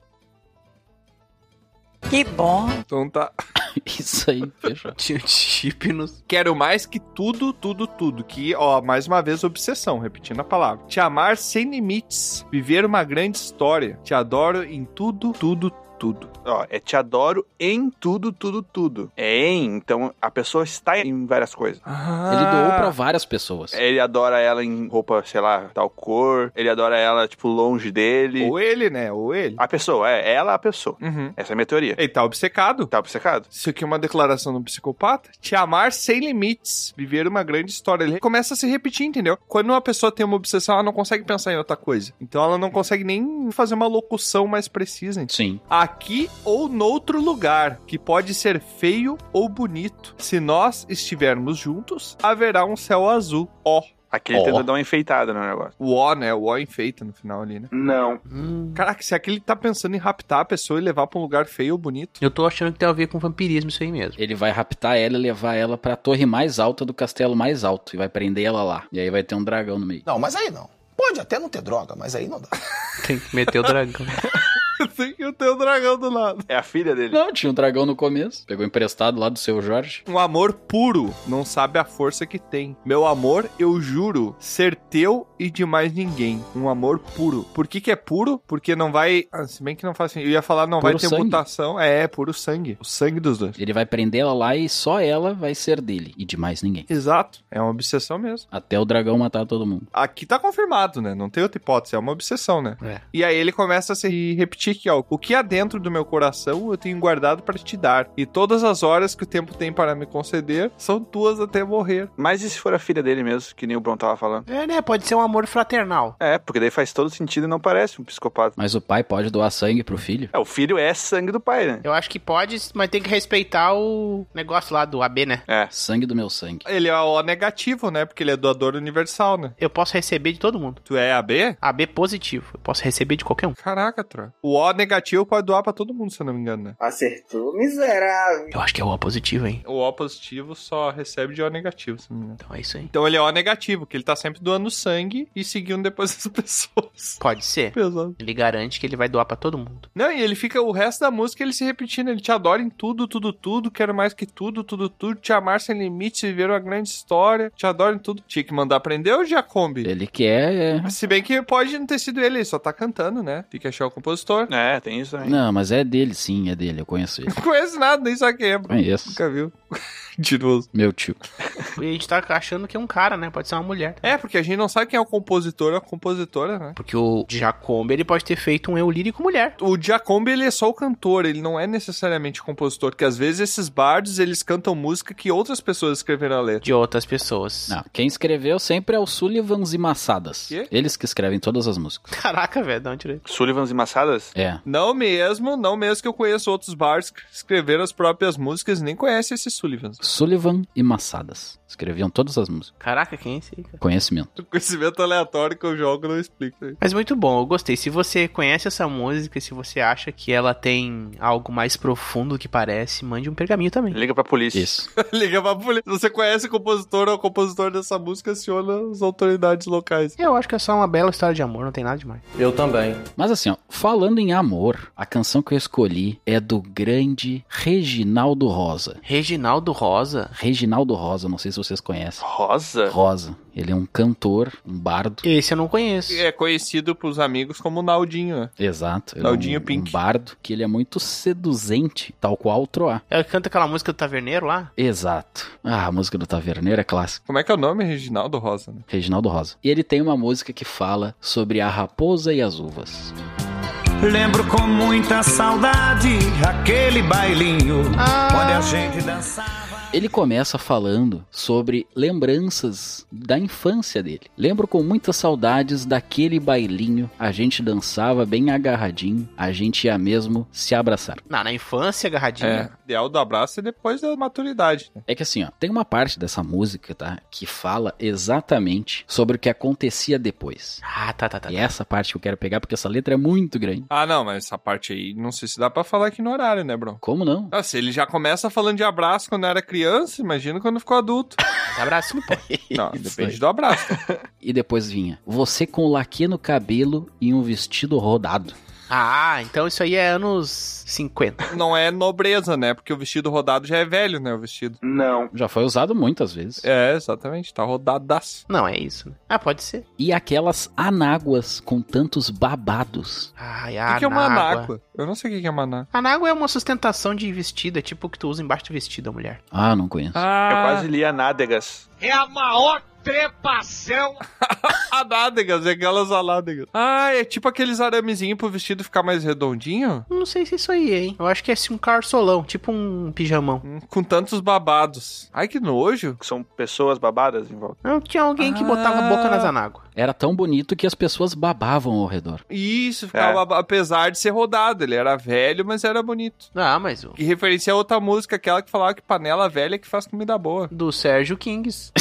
Speaker 13: Que bom.
Speaker 1: Então tá.
Speaker 3: Isso aí, fechou.
Speaker 5: Tinha um chip no.
Speaker 1: Quero mais que tudo, tudo, tudo. Que, ó, mais uma vez, obsessão, repetindo a palavra. Te amar sem limites. Viver uma grande história. Te adoro em tudo, tudo, tudo.
Speaker 2: Ó, é te adoro em tudo, tudo, tudo. É em, então a pessoa está em várias coisas.
Speaker 3: Ah. Ele
Speaker 1: Ah.
Speaker 3: doou pra várias pessoas.
Speaker 2: Ele adora ela em roupa, sei lá, tal cor. Ele adora ela, tipo, longe dele.
Speaker 1: Ou ele, né? Ou ele.
Speaker 2: A pessoa, é ela a pessoa.
Speaker 1: Uhum.
Speaker 2: Essa é a minha teoria.
Speaker 1: Ele tá obcecado.
Speaker 2: Tá obcecado?
Speaker 1: Isso aqui é uma declaração de um psicopata? Te amar sem limites, viver uma grande história. Ele começa a se repetir, entendeu? Quando uma pessoa tem uma obsessão, ela não consegue pensar em outra coisa. Então ela não consegue nem fazer uma locução mais precisa. entendeu?
Speaker 3: Sim.
Speaker 1: Aqui ou noutro lugar, que pode ser feio ou bonito. Se nós estivermos juntos, haverá um céu azul. Ó.
Speaker 2: Aqui ele
Speaker 3: Ó.
Speaker 2: tenta dar uma enfeitada no negócio.
Speaker 1: O ó, né? O ó enfeita no final ali, né?
Speaker 14: Não.
Speaker 1: Caraca, será que ele tá pensando em raptar a pessoa e levar pra um lugar feio ou bonito?
Speaker 5: Eu tô achando que tem a ver com vampirismo isso aí mesmo.
Speaker 3: Ele vai raptar ela e levar ela pra torre mais alta do castelo mais alto e vai prender ela lá. E aí vai ter um dragão no meio.
Speaker 17: Não, mas aí não. Pode até não ter droga, mas aí não dá.
Speaker 5: Tem que meter o dragão.
Speaker 1: Tem que ter o dragão do lado.
Speaker 2: É a filha dele.
Speaker 3: Não, tinha um dragão no começo. Pegou emprestado lá do seu Jorge.
Speaker 1: Um amor puro não sabe a força que tem. Meu amor, eu juro ser teu e de mais ninguém. Um amor puro. Por que, que é puro? Porque não vai. Ah, se bem que não faz sentido. Eu ia falar, não vai
Speaker 3: Puro
Speaker 1: ter
Speaker 3: sangue.
Speaker 1: mutação. É, é puro sangue. O sangue dos dois.
Speaker 3: Ele vai prender ela lá e só ela vai ser dele. E de mais ninguém.
Speaker 1: Exato. É uma obsessão mesmo.
Speaker 3: Até o dragão matar todo mundo.
Speaker 1: Aqui tá confirmado, né? Não tem outra hipótese, é uma obsessão, né?
Speaker 5: É.
Speaker 1: E aí ele começa a se repetir aqui, ó. O que há dentro do meu coração eu tenho guardado pra te dar. E todas as horas que o tempo tem para me conceder são tuas até morrer.
Speaker 2: Mas e se for a filha dele mesmo, que nem o Bron tava falando?
Speaker 5: É, né? Pode ser um amor fraternal.
Speaker 2: É, porque daí faz todo sentido e não parece um psicopata.
Speaker 3: Mas o pai pode doar sangue pro filho?
Speaker 2: É, o filho é sangue do pai, né?
Speaker 5: Eu acho que pode, mas tem que respeitar o negócio lá do AB, né?
Speaker 2: É.
Speaker 3: Sangue do meu sangue.
Speaker 1: Ele é o negativo, né? Porque ele é doador universal, né?
Speaker 5: Eu posso receber de todo mundo.
Speaker 1: Tu é AB?
Speaker 5: AB positivo. Eu posso receber de qualquer um.
Speaker 1: Caraca, Tro. O O negativo pode doar pra todo mundo, se eu não me engano, né?
Speaker 16: Acertou, miserável.
Speaker 5: Eu acho que é o A positivo, hein?
Speaker 1: O O positivo só recebe de O negativo, se eu não me engano.
Speaker 5: Então é isso aí.
Speaker 1: Então ele é O negativo, que ele tá sempre doando sangue e seguindo depois as pessoas.
Speaker 5: Pode ser.
Speaker 1: Pesado.
Speaker 5: Ele garante que ele vai doar pra todo mundo.
Speaker 1: Não, e ele fica o resto da música ele se repetindo, ele te adora em tudo, tudo, tudo, quero mais que tudo, tudo, tudo, te amar sem limites, viver uma grande história, te adoro em tudo. Tinha que mandar prender o Jacombi.
Speaker 3: Ele é, quer.
Speaker 1: Se bem que pode não ter sido ele, ele só tá cantando, né? Tem que achar o compositor.
Speaker 2: É, tem isso também.
Speaker 3: Não, mas é dele, sim, é dele. Eu conheço ele.
Speaker 1: Não conhece nada, nem sabe quem é. bro.
Speaker 3: Conheço.
Speaker 1: Nunca viu. Mentiroso.
Speaker 3: Meu tio.
Speaker 5: E a gente tá achando que é um cara, né? Pode ser uma mulher.
Speaker 1: É, porque a gente não sabe quem é o compositor ou a compositora, né?
Speaker 5: É, Porque o Jacombe, ele pode ter feito um eu lírico mulher.
Speaker 1: O Giacombi, ele é só o cantor, ele não é necessariamente o compositor, porque às vezes esses bardos, eles cantam música que outras pessoas escreveram a letra.
Speaker 5: De outras pessoas.
Speaker 3: Não, quem escreveu sempre é o Sullivans e Massadas.
Speaker 1: Quê?
Speaker 3: Eles que escrevem todas as músicas.
Speaker 5: Caraca, velho, dá um direito.
Speaker 2: Sullivans e Massadas?
Speaker 3: É.
Speaker 1: Não mesmo, não mesmo que eu conheço outros bardos que escreveram as próprias músicas e nem conhece esses Sullivans.
Speaker 3: Sullivan e Massadas. Escreviam todas as músicas.
Speaker 5: Caraca, quem é esse aí, cara?
Speaker 3: Conhecimento.
Speaker 1: O conhecimento aleatório que eu jogo não explica.
Speaker 5: Mas muito bom, eu gostei. Se você conhece essa música, se você acha que ela tem algo mais profundo do que parece, mande um pergaminho também.
Speaker 2: Liga pra polícia.
Speaker 3: Isso.
Speaker 1: Liga pra polícia. Se você conhece o compositor ou o compositor dessa música, aciona as autoridades locais.
Speaker 5: Eu acho que é só uma bela história de amor, não tem nada demais.
Speaker 16: Eu também.
Speaker 3: Mas assim, ó, falando em amor, a canção que eu escolhi é do grande Reginaldo Rosa.
Speaker 5: Reginaldo Rosa.
Speaker 3: Reginaldo Rosa, não sei se vocês conhecem.
Speaker 2: Rosa?
Speaker 3: Rosa. Ele é um cantor, um bardo.
Speaker 5: Esse eu não conheço.
Speaker 1: É conhecido pros amigos como Naldinho, né?
Speaker 3: Exato. Ele
Speaker 1: Naldinho
Speaker 3: é um,
Speaker 1: Pink.
Speaker 3: um bardo que ele é muito seduzente, tal qual o Troá.
Speaker 5: Ela canta aquela música do Taverneiro lá?
Speaker 3: Exato. Ah, a música do Taverneiro é clássica.
Speaker 1: Como é que é o nome? Reginaldo Rosa, né?
Speaker 3: Reginaldo Rosa. E ele tem uma música que fala sobre a raposa e as uvas.
Speaker 11: Lembro com muita saudade aquele bailinho onde a gente dançava.
Speaker 3: Ele começa falando sobre lembranças da infância dele. Lembro com muitas saudades daquele bailinho. A gente dançava bem agarradinho. A gente ia mesmo se abraçar.
Speaker 5: Não, na infância,
Speaker 1: É.
Speaker 5: agarradinha.
Speaker 1: Ideal do abraço é depois da maturidade. né?
Speaker 3: É que assim, ó, tem uma parte dessa música, tá? Que fala exatamente sobre o que acontecia depois.
Speaker 5: Ah, tá, tá, tá.
Speaker 3: E é essa parte que eu quero pegar, porque essa letra é muito grande.
Speaker 1: Ah, não, mas essa parte aí, não sei se dá pra falar aqui no horário, né, Bron?
Speaker 3: Como não?
Speaker 1: Ah, se ele já começa falando de abraço quando era criança, imagina quando ficou adulto.
Speaker 5: Mas abraço não pode.
Speaker 1: Não,
Speaker 3: Isso
Speaker 1: depende
Speaker 3: aí.
Speaker 1: do abraço.
Speaker 3: E depois vinha: Você com laque no cabelo e um vestido rodado.
Speaker 5: Ah, então isso aí é anos 50.
Speaker 1: Não é nobreza, né? Porque o vestido rodado já é velho, né? O vestido.
Speaker 14: Não.
Speaker 3: Já foi usado muitas vezes.
Speaker 1: É, exatamente. Tá rodadaço.
Speaker 5: Não, é isso, né? Ah, pode ser.
Speaker 3: E aquelas anáguas com tantos babados.
Speaker 5: Ai,
Speaker 1: O
Speaker 5: a
Speaker 1: que, que é uma
Speaker 5: anágua.
Speaker 1: anágua? Eu não sei o que que é uma anágua.
Speaker 5: Anágua é uma sustentação de vestido, é tipo o que tu usa embaixo do vestido, a mulher.
Speaker 3: Ah, não conheço.
Speaker 1: Ah,
Speaker 2: Eu quase li a nádegas.
Speaker 4: É a maior trepação.
Speaker 1: anádegas, é aquelas anádegas. Ah, é tipo aqueles aramezinhos pro vestido ficar mais redondinho?
Speaker 5: Não sei se é isso aí, hein? Eu acho que é assim, um carsolão, tipo um pijamão.
Speaker 1: Hum, Com tantos babados. Ai, que nojo.
Speaker 2: Que são pessoas babadas em volta.
Speaker 5: Não tinha alguém É que botava a boca nas
Speaker 1: Ah.
Speaker 5: anáguas.
Speaker 3: Era tão bonito que as pessoas babavam ao redor.
Speaker 1: Isso, ficava, apesar de ser rodado. Ele era velho, mas era bonito.
Speaker 5: Ah, mas o
Speaker 1: E referência a outra música, aquela que falava que panela velha é que faz comida boa.
Speaker 5: do Sérgio Kings.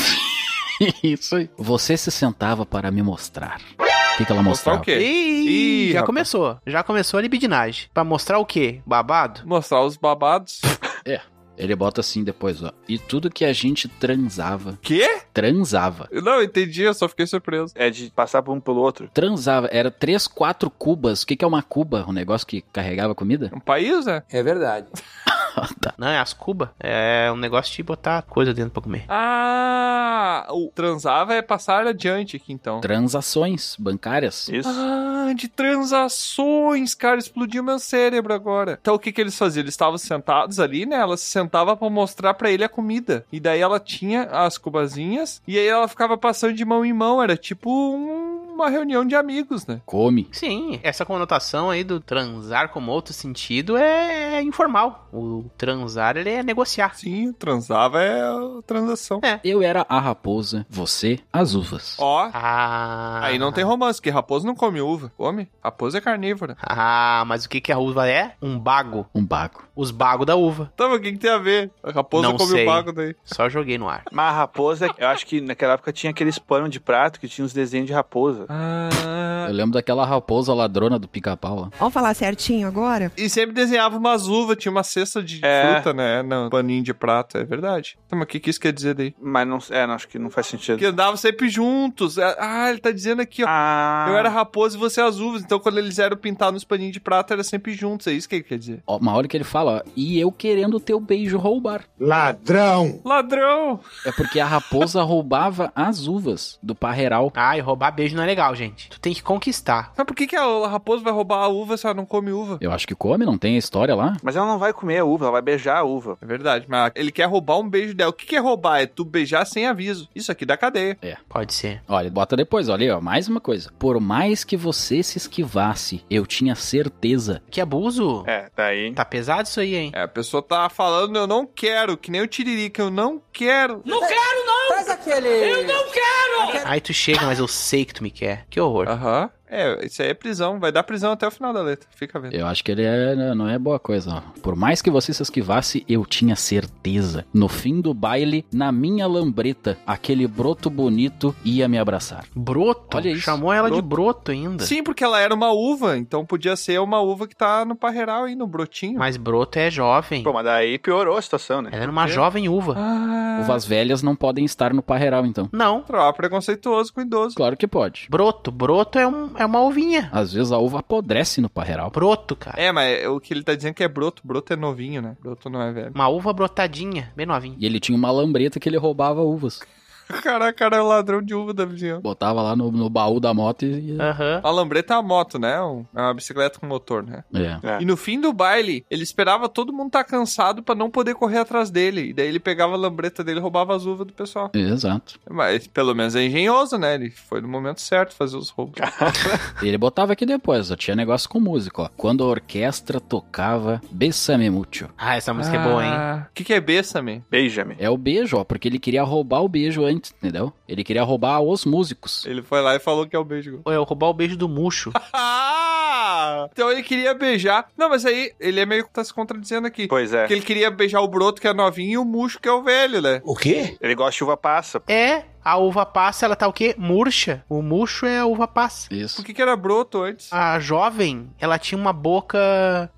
Speaker 3: Isso aí. Você se sentava para me mostrar. O que, que ela
Speaker 1: Mostrar
Speaker 3: mostrava?
Speaker 1: o quê? Ih,
Speaker 5: Ih, já
Speaker 1: rapaz.
Speaker 5: começou. Já começou a libidinagem. Pra mostrar o quê? Babado?
Speaker 1: Mostrar os babados.
Speaker 3: Ele bota assim depois, ó. E tudo que a gente transava.
Speaker 1: Quê?
Speaker 3: Transava.
Speaker 1: Eu não entendi, eu só fiquei surpreso.
Speaker 2: É de passar por um pelo outro.
Speaker 3: Transava. Era três, quatro cubas. O que, que é uma cuba? Um negócio que carregava comida?
Speaker 1: É Um país, né?
Speaker 8: É verdade.
Speaker 1: Tá.
Speaker 5: Não, é as cubas. É um negócio de botar coisa dentro pra comer.
Speaker 1: Ah, o transava é passar adiante aqui então.
Speaker 3: Uhum. Transações bancárias.
Speaker 2: Isso.
Speaker 1: Ah, de transações, cara, explodiu meu cérebro agora. Então o que que eles faziam? Eles estavam sentados ali, né? Ela se sentava pra mostrar pra ele a comida. E daí ela tinha as cubazinhas e aí ela ficava passando de mão em mão, era tipo um- uma reunião de amigos, né?
Speaker 3: Come.
Speaker 5: Sim, essa conotação aí do transar como outro sentido é informal. O transar, ele é negociar.
Speaker 1: Sim, transava é a transação.
Speaker 3: Eu era a raposa, você as uvas.
Speaker 1: Ó,
Speaker 5: Ah.
Speaker 1: aí não tem romance, que raposo não come uva. Come? Raposo é carnívora.
Speaker 5: Ah, mas o que que a uva é? Um bago.
Speaker 3: Um bago.
Speaker 5: Os bagos da uva.
Speaker 1: Tá, mas o que, que tem a ver? A raposa
Speaker 5: Não
Speaker 1: come
Speaker 5: sei.
Speaker 1: o pago daí.
Speaker 5: Só joguei no ar.
Speaker 2: Mas a raposa, eu acho que naquela época tinha aqueles panos de prato que tinha os desenhos de raposa.
Speaker 1: Ah.
Speaker 3: Eu lembro daquela raposa ladrona do pica-pau lá.
Speaker 18: Vamos falar certinho agora?
Speaker 1: E sempre desenhava umas uvas, tinha uma cesta de
Speaker 2: É.
Speaker 1: fruta, né? Não, paninho de prata, é verdade. Então, mas o que, que isso quer dizer daí?
Speaker 2: Mas não, é, não, acho que não faz sentido.
Speaker 1: Que andavam sempre juntos. É, Ah, ele tá dizendo aqui, ó.
Speaker 2: Ah,
Speaker 1: Eu era raposa e você as uvas. Então, quando eles eram pintar nos paninhos de prata, era sempre juntos. É isso que ele quer dizer.
Speaker 3: Ó, Uma hora que ele fala, ó, e eu querendo o teu beijo roubar.
Speaker 17: Ladrão!
Speaker 1: Ladrão!
Speaker 3: É porque a raposa roubava as uvas do parreiral.
Speaker 5: Ah, e roubar beijo não é legal, gente. Tu tem que conquistar.
Speaker 1: Mas por que, que a raposa vai roubar a uva se ela não come uva?
Speaker 3: Eu acho que come, não tem a história lá?
Speaker 2: Mas ela não vai comer a uva, ela vai beijar a uva.
Speaker 1: É verdade, mas ele quer roubar um beijo dela. O que, que é roubar? É tu beijar sem aviso. Isso aqui dá cadeia.
Speaker 5: Pode ser.
Speaker 3: Olha, bota depois, olha aí, ó, mais uma coisa. Por mais que você se esquivasse, eu tinha certeza.
Speaker 5: Que abuso.
Speaker 2: É, daí.
Speaker 5: Tá pesado isso aí, hein?
Speaker 1: É, a pessoa tá falando, eu não quero, que nem o Tiririca, eu não quero.
Speaker 8: Faz aquele. Eu não quero!
Speaker 5: Aí tu chega, mas eu sei que tu me quer. Que horror.
Speaker 1: Aham. É, isso aí é prisão. Vai dar prisão até o final da letra. Fica vendo.
Speaker 3: Eu acho que ele é, né, não é boa coisa, ó. Por mais que você se esquivasse, eu tinha certeza. No fim do baile, na minha lambreta, aquele broto bonito ia me abraçar.
Speaker 5: Broto.
Speaker 3: Olha isso.
Speaker 5: Chamou ela de broto ainda.
Speaker 1: Sim, porque ela era uma uva, então podia ser uma uva que tá no parreiral aí, no brotinho.
Speaker 5: Mas broto é jovem.
Speaker 2: Pô, mas daí piorou a situação, né?
Speaker 5: Ela era uma jovem uva.
Speaker 1: Ah,
Speaker 3: Uvas velhas não podem estar no parreiral, então.
Speaker 5: Não.
Speaker 1: troar preconceituoso com idoso.
Speaker 3: Claro que pode.
Speaker 5: Broto. Broto é um, é uma ovinha.
Speaker 3: Às vezes a uva apodrece no parreiral.
Speaker 5: Broto, cara.
Speaker 1: É, mas o que ele tá dizendo que é broto. Broto é novinho, né? Broto não é velho.
Speaker 5: Uma uva brotadinha, bem novinha.
Speaker 3: E ele tinha uma lambreta que ele roubava uvas.
Speaker 1: Caraca, era ladrão de uva da vizinhança.
Speaker 3: Botava lá no, no baú da moto e. e-
Speaker 5: Aham.
Speaker 1: A lambreta é uma moto, né? Um- É uma bicicleta com motor, né?
Speaker 3: É.
Speaker 1: E no fim do baile, ele esperava todo mundo estar cansado pra não poder correr atrás dele. E daí ele pegava a lambreta dele e roubava as uvas do pessoal.
Speaker 3: Exato.
Speaker 1: Mas pelo menos é engenhoso, né? Ele foi no momento certo fazer os roubos.
Speaker 5: Ah,
Speaker 3: Ele botava aqui depois, ó, tinha negócio com música, ó. Quando a orquestra tocava Bessame Mucho.
Speaker 5: Ah, essa música é boa, hein?
Speaker 1: O que, que é besta, man?
Speaker 2: Beija-me.
Speaker 3: É o beijo, ó, porque ele queria roubar o beijo antes, entendeu? Ele queria roubar os músicos.
Speaker 1: Ele foi lá e falou que é o beijo.
Speaker 5: Ou é o roubar o beijo do murcho.
Speaker 1: Ah! Então ele queria beijar. Não, mas aí ele é meio que tá se contradizendo aqui.
Speaker 2: Pois é.
Speaker 1: Porque ele queria beijar o broto, que é novinho, e o murcho, que é o velho, né?
Speaker 17: O quê?
Speaker 2: Ele gosta de uva passa.
Speaker 5: é, a uva passa, ela tá o quê? Murcha. O murcho é a uva passa.
Speaker 3: Isso.
Speaker 1: Por que, que era broto antes?
Speaker 5: A jovem, ela tinha uma boca,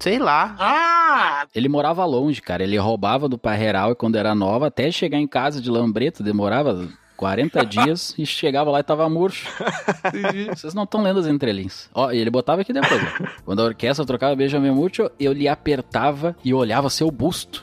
Speaker 5: sei lá. Ah!
Speaker 3: Ele morava longe, cara. Ele roubava do parreiral e quando era nova, até chegar em casa de lambreta, demorava 40 dias e chegava lá e tava murcho.
Speaker 1: Entendi.
Speaker 3: Vocês não estão lendo as entrelinhas. Ó, e ele botava aqui depois. ó. Quando a orquestra trocava Benjamin Mucho, eu lhe apertava e olhava seu busto.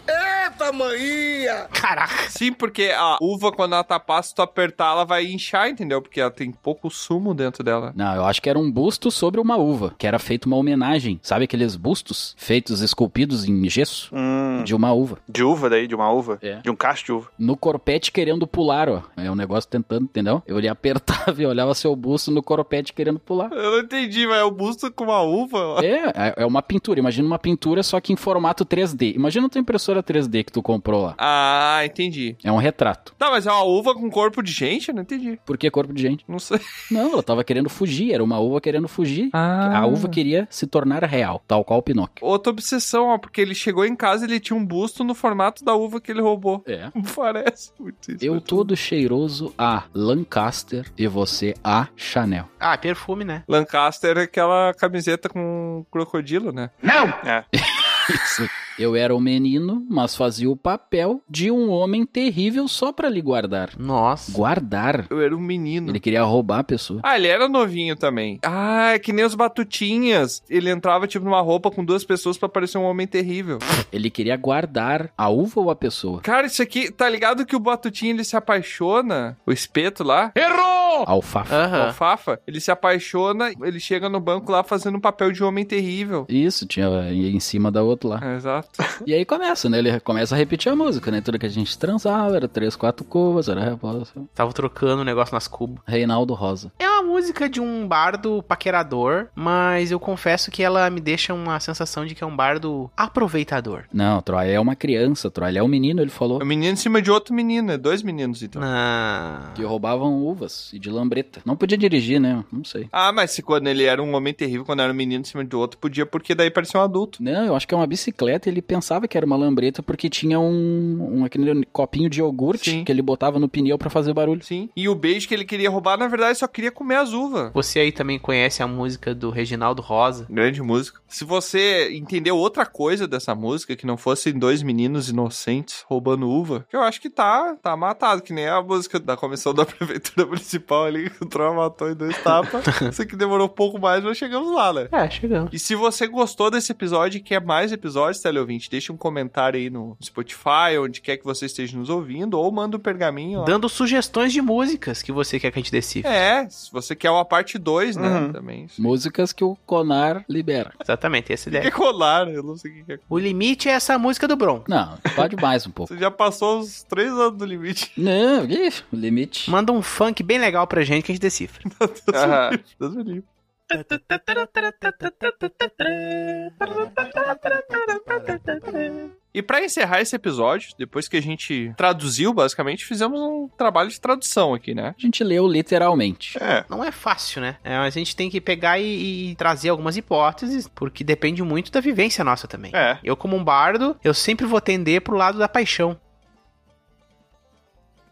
Speaker 5: Caraca!
Speaker 1: Sim, porque a uva, quando ela tá passa, se tu apertar, ela vai inchar, entendeu? Porque ela tem pouco sumo dentro dela.
Speaker 3: Não, eu acho que era um busto sobre uma uva, que era feito uma homenagem. Sabe aqueles bustos feitos, esculpidos em gesso?
Speaker 2: Hum,
Speaker 3: De uma uva.
Speaker 2: de uva daí, de uma uva?
Speaker 3: É.
Speaker 2: De um cacho de uva.
Speaker 3: No corpete querendo pular, ó. É um negócio tentando, entendeu? Eu lhe apertava e olhava seu busto no corpete querendo pular.
Speaker 1: Eu não entendi, mas é o busto com uma uva?
Speaker 3: É, é- é uma pintura. Imagina uma pintura, só que em formato 3D. Imagina tua impressora 3D que tu comprou lá.
Speaker 1: Ah, entendi.
Speaker 3: É um retrato.
Speaker 1: Tá, mas é uma uva com corpo de gente? Eu não entendi.
Speaker 3: Por que corpo de gente?
Speaker 1: Não sei.
Speaker 3: Não, ela tava querendo fugir. Era uma uva querendo fugir. A
Speaker 1: Ah.
Speaker 3: uva queria se tornar real, tal qual o Pinóquio.
Speaker 1: Outra obsessão, ó, porque ele chegou em casa e ele tinha um busto no formato da uva que ele roubou.
Speaker 3: É.
Speaker 1: Parece muito isso.
Speaker 3: Eu todo cheiroso a Lancaster e você a Chanel.
Speaker 5: Ah, perfume, né?
Speaker 1: Lancaster é aquela camiseta com crocodilo, né?
Speaker 2: É.
Speaker 3: Eu era um menino, mas fazia o papel de um homem terrível só pra lhe guardar.
Speaker 5: Nossa.
Speaker 3: Guardar?
Speaker 1: Eu era um menino.
Speaker 3: Ele queria roubar a pessoa.
Speaker 1: Ah, ele era novinho também. Ah, é que nem os batutinhas. Ele entrava, tipo, numa roupa com duas pessoas pra parecer um homem terrível.
Speaker 3: Ele queria guardar a uva ou a pessoa.
Speaker 1: Cara, isso aqui, tá ligado que o batutinho, ele se apaixona? O espeto lá?
Speaker 3: A alfafa.
Speaker 1: O
Speaker 5: Aham.
Speaker 1: alfafa, ele se apaixona, ele chega no banco lá fazendo um papel de homem terrível.
Speaker 3: Isso, tinha em cima da outra lá.
Speaker 1: É, Exato.
Speaker 3: E aí começa, né? Ele começa a repetir a música, né? Tudo que a gente transava, era três, quatro cubas, era reposta.
Speaker 5: Tava trocando o negócio nas cubas.
Speaker 3: Reinaldo Rosa.
Speaker 5: É uma música de um bardo paquerador, mas eu confesso que ela me deixa uma sensação de que é um bardo aproveitador.
Speaker 3: Não, Troy é uma criança, Troy ele é um menino, ele falou.
Speaker 1: É um menino em cima de outro menino, é dois meninos então.
Speaker 5: Ah.
Speaker 3: Que roubavam uvas e de lambreta. Não podia dirigir, né? Não sei.
Speaker 1: Ah, mas se quando ele era um homem terrível, quando era um menino em cima de outro, podia, porque daí parecia um adulto.
Speaker 3: Não, eu acho que é uma bicicleta. Ele pensava que era uma lambreta porque tinha um, um aquele copinho de iogurte
Speaker 1: Sim.
Speaker 3: que ele botava no pneu pra fazer barulho.
Speaker 1: Sim. E o beijo que ele queria roubar, na verdade, só queria comer as uvas.
Speaker 5: Você aí também conhece a música do Reginaldo Rosa?
Speaker 1: Grande música. Se você entendeu outra coisa dessa música, que não fossem dois meninos inocentes roubando uva, que eu acho que tá, tá matado, que nem a música da comissão da prefeitura municipal ali, que o Troll matou em dois tapas. Isso aqui demorou um pouco mais, mas chegamos lá, né?
Speaker 5: É, chegamos.
Speaker 1: E se você gostou desse episódio e quer mais episódios, teleouvinte, deixa um comentário aí no Spotify, onde quer que você esteja nos ouvindo, ou manda um pergaminho lá.
Speaker 5: Dando sugestões de músicas que você quer que a gente decifre.
Speaker 1: É, se você quer uma parte 2, né?
Speaker 2: Uhum.
Speaker 1: Também. Isso.
Speaker 3: Músicas que o Conar libera.
Speaker 5: Exatamente, essa é
Speaker 1: Quer
Speaker 5: ideia.
Speaker 1: colar, eu não sei o que que é.
Speaker 5: O limite é essa música do Bron.
Speaker 3: Não, pode mais um pouco.
Speaker 1: Você já passou os três anos do limite.
Speaker 3: Não, ih, o limite.
Speaker 5: Manda um funk bem legal pra gente que a gente decifra.
Speaker 2: Aham.
Speaker 1: Deus me livre. E pra encerrar esse episódio, depois que a gente traduziu, basicamente, fizemos um trabalho de tradução aqui, né?
Speaker 3: A gente leu literalmente.
Speaker 2: É.
Speaker 5: Não é fácil, né? É, a gente tem que pegar e, e trazer algumas hipóteses, porque depende muito da vivência nossa também.
Speaker 2: É.
Speaker 5: Eu, como um bardo, eu sempre vou tender pro lado da paixão.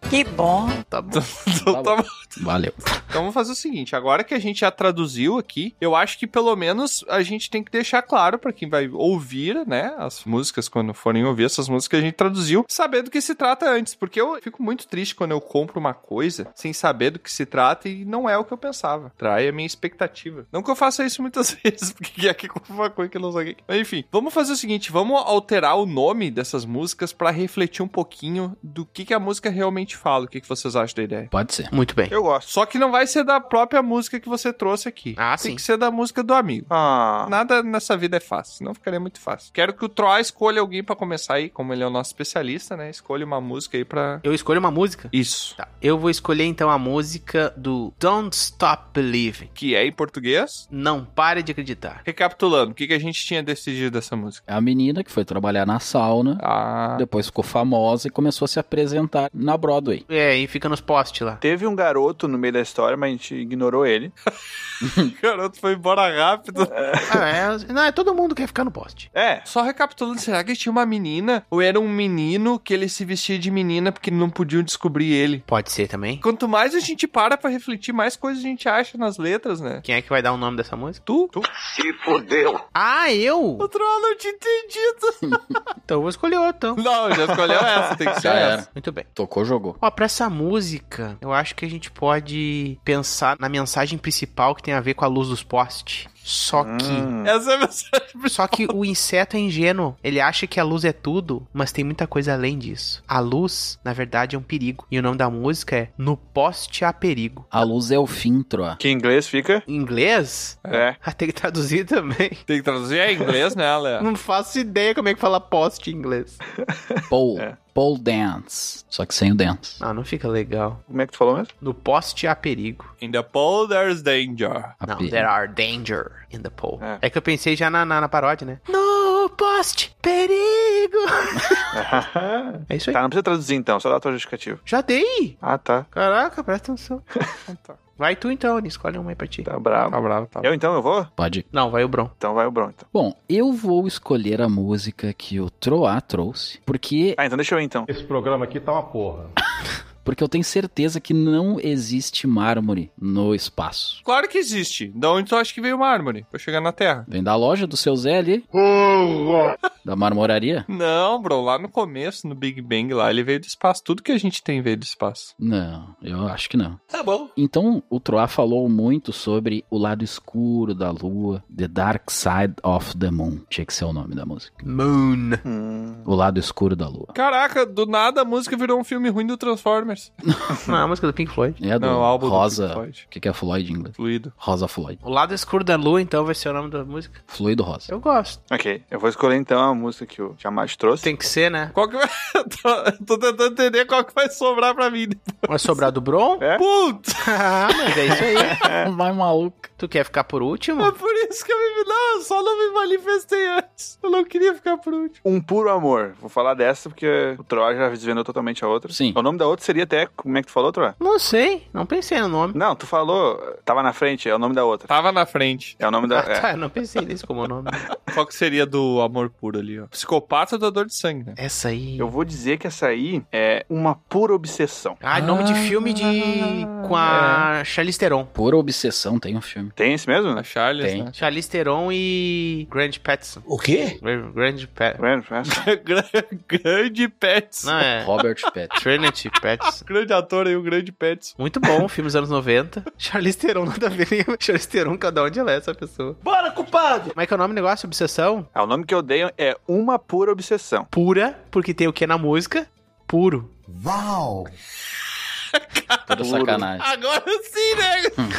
Speaker 13: Que bom.
Speaker 1: Tá bom. Então, tá bom.
Speaker 3: Valeu.
Speaker 1: Então vamos fazer o seguinte, agora que a gente já traduziu aqui, eu acho que pelo menos a gente tem que deixar claro pra quem vai ouvir, né, as músicas quando forem ouvir essas músicas que a gente traduziu, saber do que se trata antes, porque eu fico muito triste quando eu compro uma coisa sem saber do que se trata e não é o que eu pensava. Trai a minha expectativa. Não que eu faça isso muitas vezes, porque é que compra uma coisa que eu não sabe. Mas enfim, vamos fazer o seguinte, vamos alterar o nome dessas músicas pra refletir um pouquinho do que que a música realmente fala. O que que vocês acham da ideia?
Speaker 3: Pode ser.
Speaker 5: Muito bem.
Speaker 1: Eu gosto. Só que não vai ser da própria música que você trouxe aqui.
Speaker 5: Ah,
Speaker 1: Tem
Speaker 5: sim.
Speaker 1: que ser da música do amigo.
Speaker 2: Ah.
Speaker 1: Nada nessa vida é fácil, senão ficaria muito fácil. Quero que o Troy escolha alguém pra começar aí, como ele é o nosso especialista, né? Escolha uma música aí pra.
Speaker 5: Eu escolho uma música?
Speaker 1: Isso.
Speaker 5: Tá. Eu vou escolher então a música do Don't Stop Believing.
Speaker 1: Que é em português.
Speaker 5: Não pare de acreditar.
Speaker 1: Recapitulando, o que, que a gente tinha decidido dessa música?
Speaker 3: É a menina que foi trabalhar na sauna,
Speaker 1: Ah.
Speaker 3: depois ficou famosa e começou a se apresentar na Broadway.
Speaker 5: É, e fica nos posts lá.
Speaker 2: Teve um garoto no meio da história, mas a gente ignorou ele.
Speaker 1: O garoto foi embora rápido.
Speaker 5: Ah, é, não, é todo mundo quer ficar no post.
Speaker 2: É,
Speaker 1: Só recapitulando, será que tinha uma menina ou era um menino que ele se vestia de menina porque não podiam descobrir ele?
Speaker 5: Pode ser também.
Speaker 1: Quanto mais a gente para pra refletir, mais coisas a gente acha nas letras, né?
Speaker 5: Quem é que vai dar o nome dessa música?
Speaker 1: Tu? tu?
Speaker 14: Se fudeu.
Speaker 5: Ah, eu?
Speaker 1: O Troll não tinha entendido.
Speaker 5: Então eu vou escolher outra. então.
Speaker 1: Não, já escolheu essa, tem que ser
Speaker 3: Já
Speaker 1: essa.
Speaker 3: era.
Speaker 5: Muito bem.
Speaker 3: Tocou, jogou.
Speaker 5: Ó, pra essa música, eu acho que a gente pode pensar na mensagem principal que tem a ver com a luz dos posts. Só que.
Speaker 2: Hum.
Speaker 1: Essa é a mensagem.
Speaker 5: Só que o inseto é ingênuo. Ele acha que a luz é tudo, mas tem muita coisa além disso. A luz, na verdade, é um perigo. E o nome da música é No Poste há Perigo.
Speaker 3: A luz é o fim, Troa.
Speaker 2: que em inglês fica.
Speaker 5: Em inglês?
Speaker 2: É.
Speaker 5: Ah, Tem que traduzir também.
Speaker 1: Tem que traduzir em inglês, né, Léo?
Speaker 5: Não faço ideia como é que fala poste em inglês.
Speaker 3: Pole.
Speaker 2: É.
Speaker 3: Pole dance. Só que sem o dance.
Speaker 5: Ah, não fica legal.
Speaker 2: Como é que tu falou mesmo?
Speaker 5: No poste há perigo.
Speaker 1: In the pole there's danger.
Speaker 3: A
Speaker 5: Não,
Speaker 3: pi-
Speaker 5: there are danger in the pole.
Speaker 2: É.
Speaker 5: É, que eu pensei já na, na, na paródia, né? No poste, perigo! É isso aí.
Speaker 2: Tá, não precisa traduzir então, só dá a tua justificativa.
Speaker 5: Já dei!
Speaker 2: Ah, tá.
Speaker 5: Caraca, presta atenção. Vai tu então, Oni, escolhe uma aí pra ti.
Speaker 2: Tá bravo.
Speaker 1: Tá bravo, tá.
Speaker 2: Eu então, eu vou?
Speaker 3: Pode ir.
Speaker 5: Não, vai o Bron.
Speaker 2: Então vai o Bron, então.
Speaker 3: Bom, eu vou escolher a música que o Troá trouxe, porque,
Speaker 2: Ah, então deixa eu ir, então.
Speaker 9: Esse programa aqui tá uma porra.
Speaker 3: porque eu tenho certeza que não existe mármore no espaço.
Speaker 1: Claro que existe. Da onde tu acha que veio o mármore? Pra chegar na Terra.
Speaker 3: Vem da loja do seu Zé ali, da marmoraria?
Speaker 1: Não, bro. Lá no começo, no Big Bang, lá, ele veio do espaço. Tudo que a gente tem veio do espaço.
Speaker 3: Não, eu acho que não.
Speaker 6: Tá bom.
Speaker 3: Então, o Troá falou muito sobre o lado escuro da lua, The Dark Side of the Moon. Tinha que ser o nome da música.
Speaker 5: Moon.
Speaker 2: Hum.
Speaker 3: O lado escuro da lua.
Speaker 1: Caraca, do nada a música virou um filme ruim do Transformers.
Speaker 5: Não, é a música do Pink Floyd.
Speaker 3: É a do
Speaker 1: Não, o álbum do
Speaker 3: Rosa.
Speaker 1: Pink
Speaker 3: O
Speaker 1: Floyd.
Speaker 3: que, que é Floyd em inglês?
Speaker 1: Fluido.
Speaker 3: Rosa Floyd.
Speaker 5: O lado escuro da lua, então, vai ser o nome da música.
Speaker 3: Fluido rosa.
Speaker 5: Eu gosto.
Speaker 2: Ok, eu vou escolher então a música que o Yamato trouxe.
Speaker 5: Tem que ser, né?
Speaker 1: Qual que vai... Eu tô, eu tô tentando entender qual que vai sobrar pra mim.
Speaker 5: Vai sobrar do Bron?
Speaker 2: É?
Speaker 1: Puta!
Speaker 5: Ah, mas é isso aí.
Speaker 3: Vai maluco.
Speaker 5: Tu quer ficar por último?
Speaker 1: É por isso que eu me... Não, eu só não me manifestei antes. Eu não queria ficar por último.
Speaker 2: Um Puro Amor. Vou falar dessa porque o Troy já desvendou totalmente a outra.
Speaker 3: Sim.
Speaker 2: O nome da outra seria até. Como é que tu falou, Troy?
Speaker 5: Não sei, não pensei no nome.
Speaker 2: Não, tu falou. Tava na frente, é o nome da outra.
Speaker 1: Tava na frente.
Speaker 2: É o nome da.
Speaker 5: Ah,
Speaker 2: é.
Speaker 5: tá, eu não pensei nisso como nome.
Speaker 1: Qual que seria do amor puro ali, ó? Psicopata da dor de sangue, né?
Speaker 5: Essa aí.
Speaker 2: Eu vou dizer que essa aí é uma pura obsessão.
Speaker 5: Ah, é. nome de filme de. com a Charlize Theron.
Speaker 3: Por obsessão tem um filme.
Speaker 2: Tem esse mesmo?
Speaker 1: A Charles,
Speaker 3: Tem.
Speaker 1: né?
Speaker 5: Charlize Theron e. Grand Pattinson.
Speaker 17: O quê?
Speaker 5: Grand Pattinson.
Speaker 2: Grand Fest.
Speaker 1: Gran- grande Pets.
Speaker 5: Não, é.
Speaker 3: Robert Pattinson.
Speaker 5: Trinity Pattinson.
Speaker 1: Grande ator aí, o grande Pets.
Speaker 5: Muito bom, filme dos anos 90. Charlize Theron, nada a ver. nem- Charlize Theron, cada onde ela é essa pessoa.
Speaker 17: Bora, culpado!
Speaker 5: Como é que é o nome do negócio? Obsessão?
Speaker 2: Ah, o nome que eu dei é Uma Pura Obsessão.
Speaker 5: Pura, porque tem o que na música? Puro.
Speaker 17: Uau!
Speaker 3: Toda sacanagem.
Speaker 1: Agora sim, né?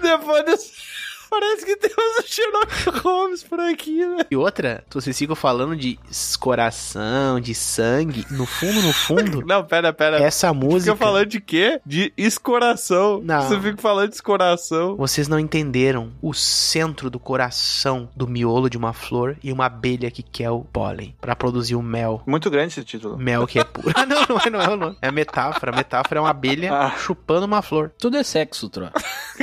Speaker 1: Depois desse... Parece que temos o Sherlock Holmes por aqui, né?
Speaker 5: E outra, vocês ficam falando de s- coração, de sangue. No fundo, no fundo,
Speaker 1: Não, pera, pera.
Speaker 5: essa música.
Speaker 1: Fica falando de quê? De escoração.
Speaker 5: Não.
Speaker 1: Você fica falando de escoração.
Speaker 5: Vocês não entenderam o centro do coração do miolo de uma flor e uma abelha que quer o pólen pra produzir o mel.
Speaker 2: Muito grande esse título.
Speaker 5: Mel que é puro. Ah, não, não é, não é o nome. É a metáfora. A metáfora é uma abelha
Speaker 2: Ah.
Speaker 5: chupando uma flor.
Speaker 3: Tudo é sexo, Tro.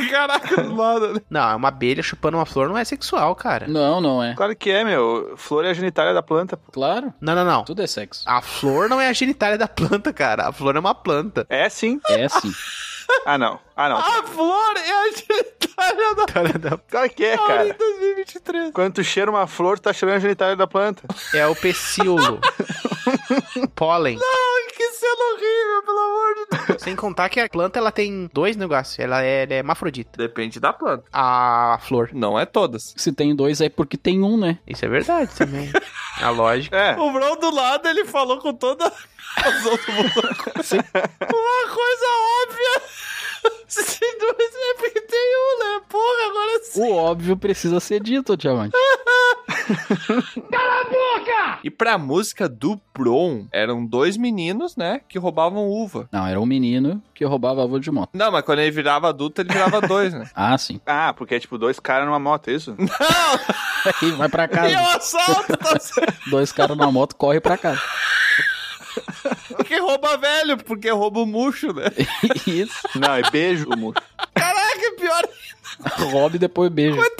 Speaker 1: Caraca, do lado. né?
Speaker 5: Não, é uma abelha chupando uma flor não é sexual, cara.
Speaker 3: Não, não é.
Speaker 2: Claro que é, meu. Flor é a genitália da planta. pô.
Speaker 3: Claro.
Speaker 5: Não, não, não.
Speaker 3: Tudo é sexo.
Speaker 5: A flor não é a genitália da planta, cara. A flor é uma planta.
Speaker 2: É sim.
Speaker 3: É sim.
Speaker 2: Ah, não. Ah, não.
Speaker 1: A flor é a genitália da
Speaker 5: Cara, dá-
Speaker 2: Claro que é,
Speaker 1: flor em
Speaker 2: cara.
Speaker 1: 2023.
Speaker 2: Quando tu cheira uma flor, tu tá cheirando a genitália da planta.
Speaker 5: É o pecíolo. Pólen.
Speaker 1: Ai, que cena horrível, pelo amor de Deus.
Speaker 5: Sem contar que a planta ela tem dois negócios. Ela é, ela é hermafrodita.
Speaker 1: Depende da planta.
Speaker 5: A flor.
Speaker 1: Não é todas.
Speaker 3: Se tem dois é porque tem um, né?
Speaker 5: Isso é verdade também. A lógica.
Speaker 2: É.
Speaker 1: O Brown do lado, ele falou com toda a razão do mundo.
Speaker 3: Sim.
Speaker 1: Uma coisa óbvia. Se tem dois é porque tem um, né? Porra, agora sim.
Speaker 3: O óbvio precisa ser dito, Diamante.
Speaker 1: E pra música do Bron, eram dois meninos, né? Que roubavam uva.
Speaker 3: Não, era um menino que roubava avô de moto.
Speaker 1: Não, mas quando ele virava adulto, ele virava dois, né?
Speaker 3: Ah, sim.
Speaker 2: Ah, porque é tipo dois caras numa moto, é isso?
Speaker 3: Aí vai pra
Speaker 1: E é um
Speaker 3: casa.
Speaker 1: assalto, tá certo?
Speaker 3: Dois caras na moto, corre pra casa.
Speaker 1: Porque rouba velho, porque rouba o murcho, né?
Speaker 3: Isso.
Speaker 2: Não, é beijo, amor.
Speaker 1: Caraca, pior.
Speaker 3: Roube e depois beijo.
Speaker 1: Coitado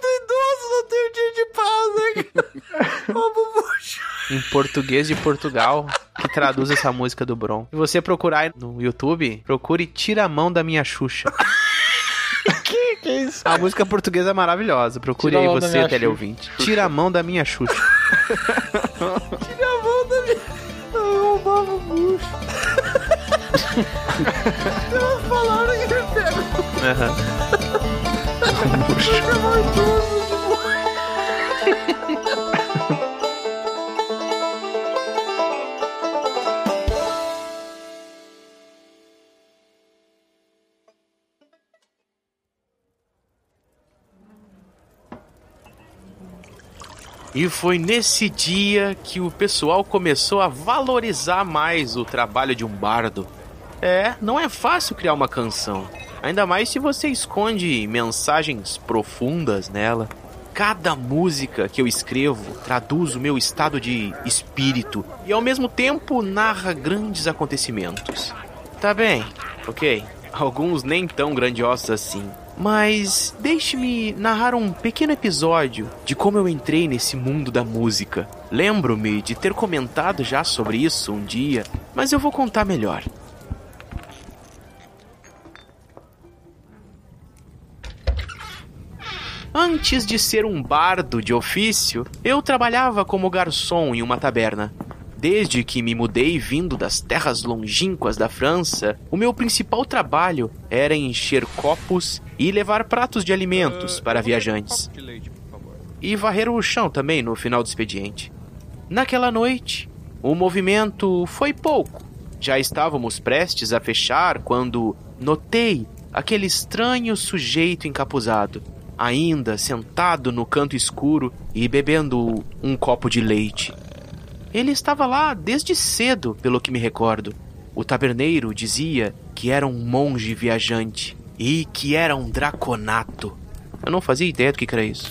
Speaker 1: do idoso, não tem um dia de paz, né? cara? Rouba o murcho.
Speaker 5: Em português de Portugal, que traduz essa música do Bron. Se você procurar aí no YouTube, procure Tira a Mão da Minha Xuxa.
Speaker 3: Que, que isso?
Speaker 5: A música portuguesa é maravilhosa. Procure
Speaker 3: Tira a
Speaker 5: aí
Speaker 3: mão da minha
Speaker 5: você, teleouvinte. Tira a Mão da Minha Xuxa.
Speaker 1: Tira a mão da minha. Eu roubava o murcho. tem umas palavras que me pegam.
Speaker 5: Aham. E foi nesse dia que o pessoal começou a valorizar mais o trabalho de um bardo. É, não é fácil criar uma canção. Ainda mais se você esconde mensagens profundas nela. Cada música que eu escrevo traduz o meu estado de espírito e ao mesmo tempo narra grandes acontecimentos. Tá bem, ok. Alguns nem tão grandiosos assim. Mas deixe-me narrar um pequeno episódio de como eu entrei nesse mundo da música. Lembro-me de ter comentado já sobre isso um dia, mas eu vou contar melhor. Antes de ser um bardo de ofício, eu trabalhava como garçom em uma taberna. Desde que me mudei vindo das terras longínquas da França, o meu principal trabalho era encher copos e levar pratos de alimentos para viajantes. E varrer o chão também no final do expediente. Naquela noite, o movimento foi pouco. Já estávamos prestes a fechar quando notei aquele estranho sujeito encapuzado, ainda sentado no canto escuro e bebendo um copo de leite. Ele estava lá desde cedo, pelo que me recordo. O taberneiro dizia que era um monge viajante e que era um draconato. Eu não fazia ideia do que que era isso.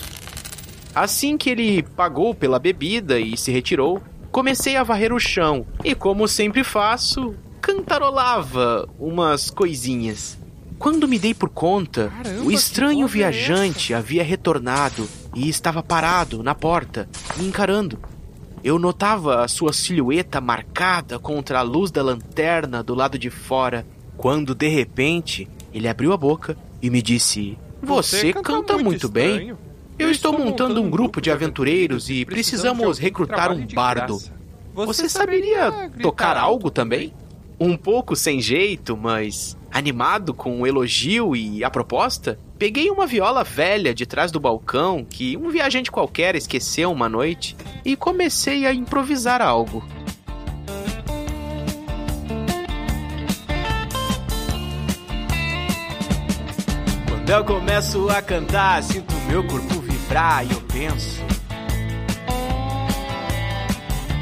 Speaker 5: Assim que ele pagou pela bebida e se retirou, comecei a varrer o chão e, como sempre faço, cantarolava umas coisinhas. Quando me dei por conta, o estranho viajante havia retornado e estava parado na porta, me encarando. Eu notava a sua silhueta marcada contra a luz da lanterna do lado de fora, quando de repente ele abriu a boca e me disse: Você, canta, muito bem. Eu estou montando um grupo de aventureiros e precisamos recrutar um bardo. Você saberia tocar algo também? Um pouco sem jeito, mas animado com o elogio e a proposta, peguei uma viola velha de trás do balcão que um viajante qualquer esqueceu uma noite e comecei a improvisar algo. Quando eu começo a cantar, sinto meu corpo vibrar e eu penso.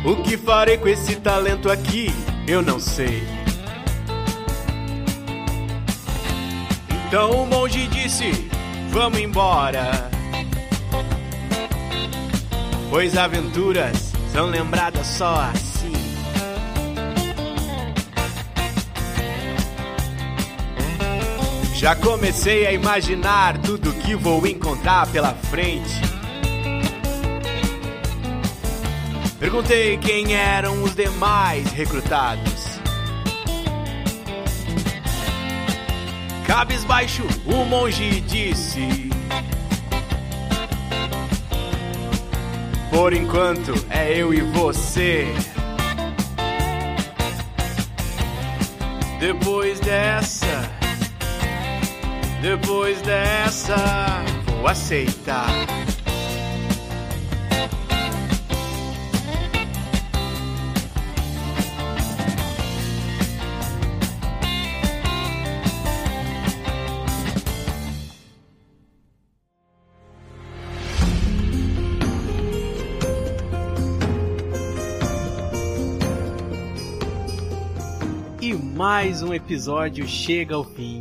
Speaker 5: O que farei com esse talento aqui? Eu não sei. Então o monge disse: Vamos embora. Pois aventuras são lembradas só assim.
Speaker 11: Já comecei a imaginar tudo que vou encontrar pela frente. Perguntei quem eram os demais recrutados. Cabisbaixo, o monge disse: Por enquanto é eu e você. Depois dessa, depois dessa, vou aceitar.
Speaker 5: E mais um episódio chega ao fim.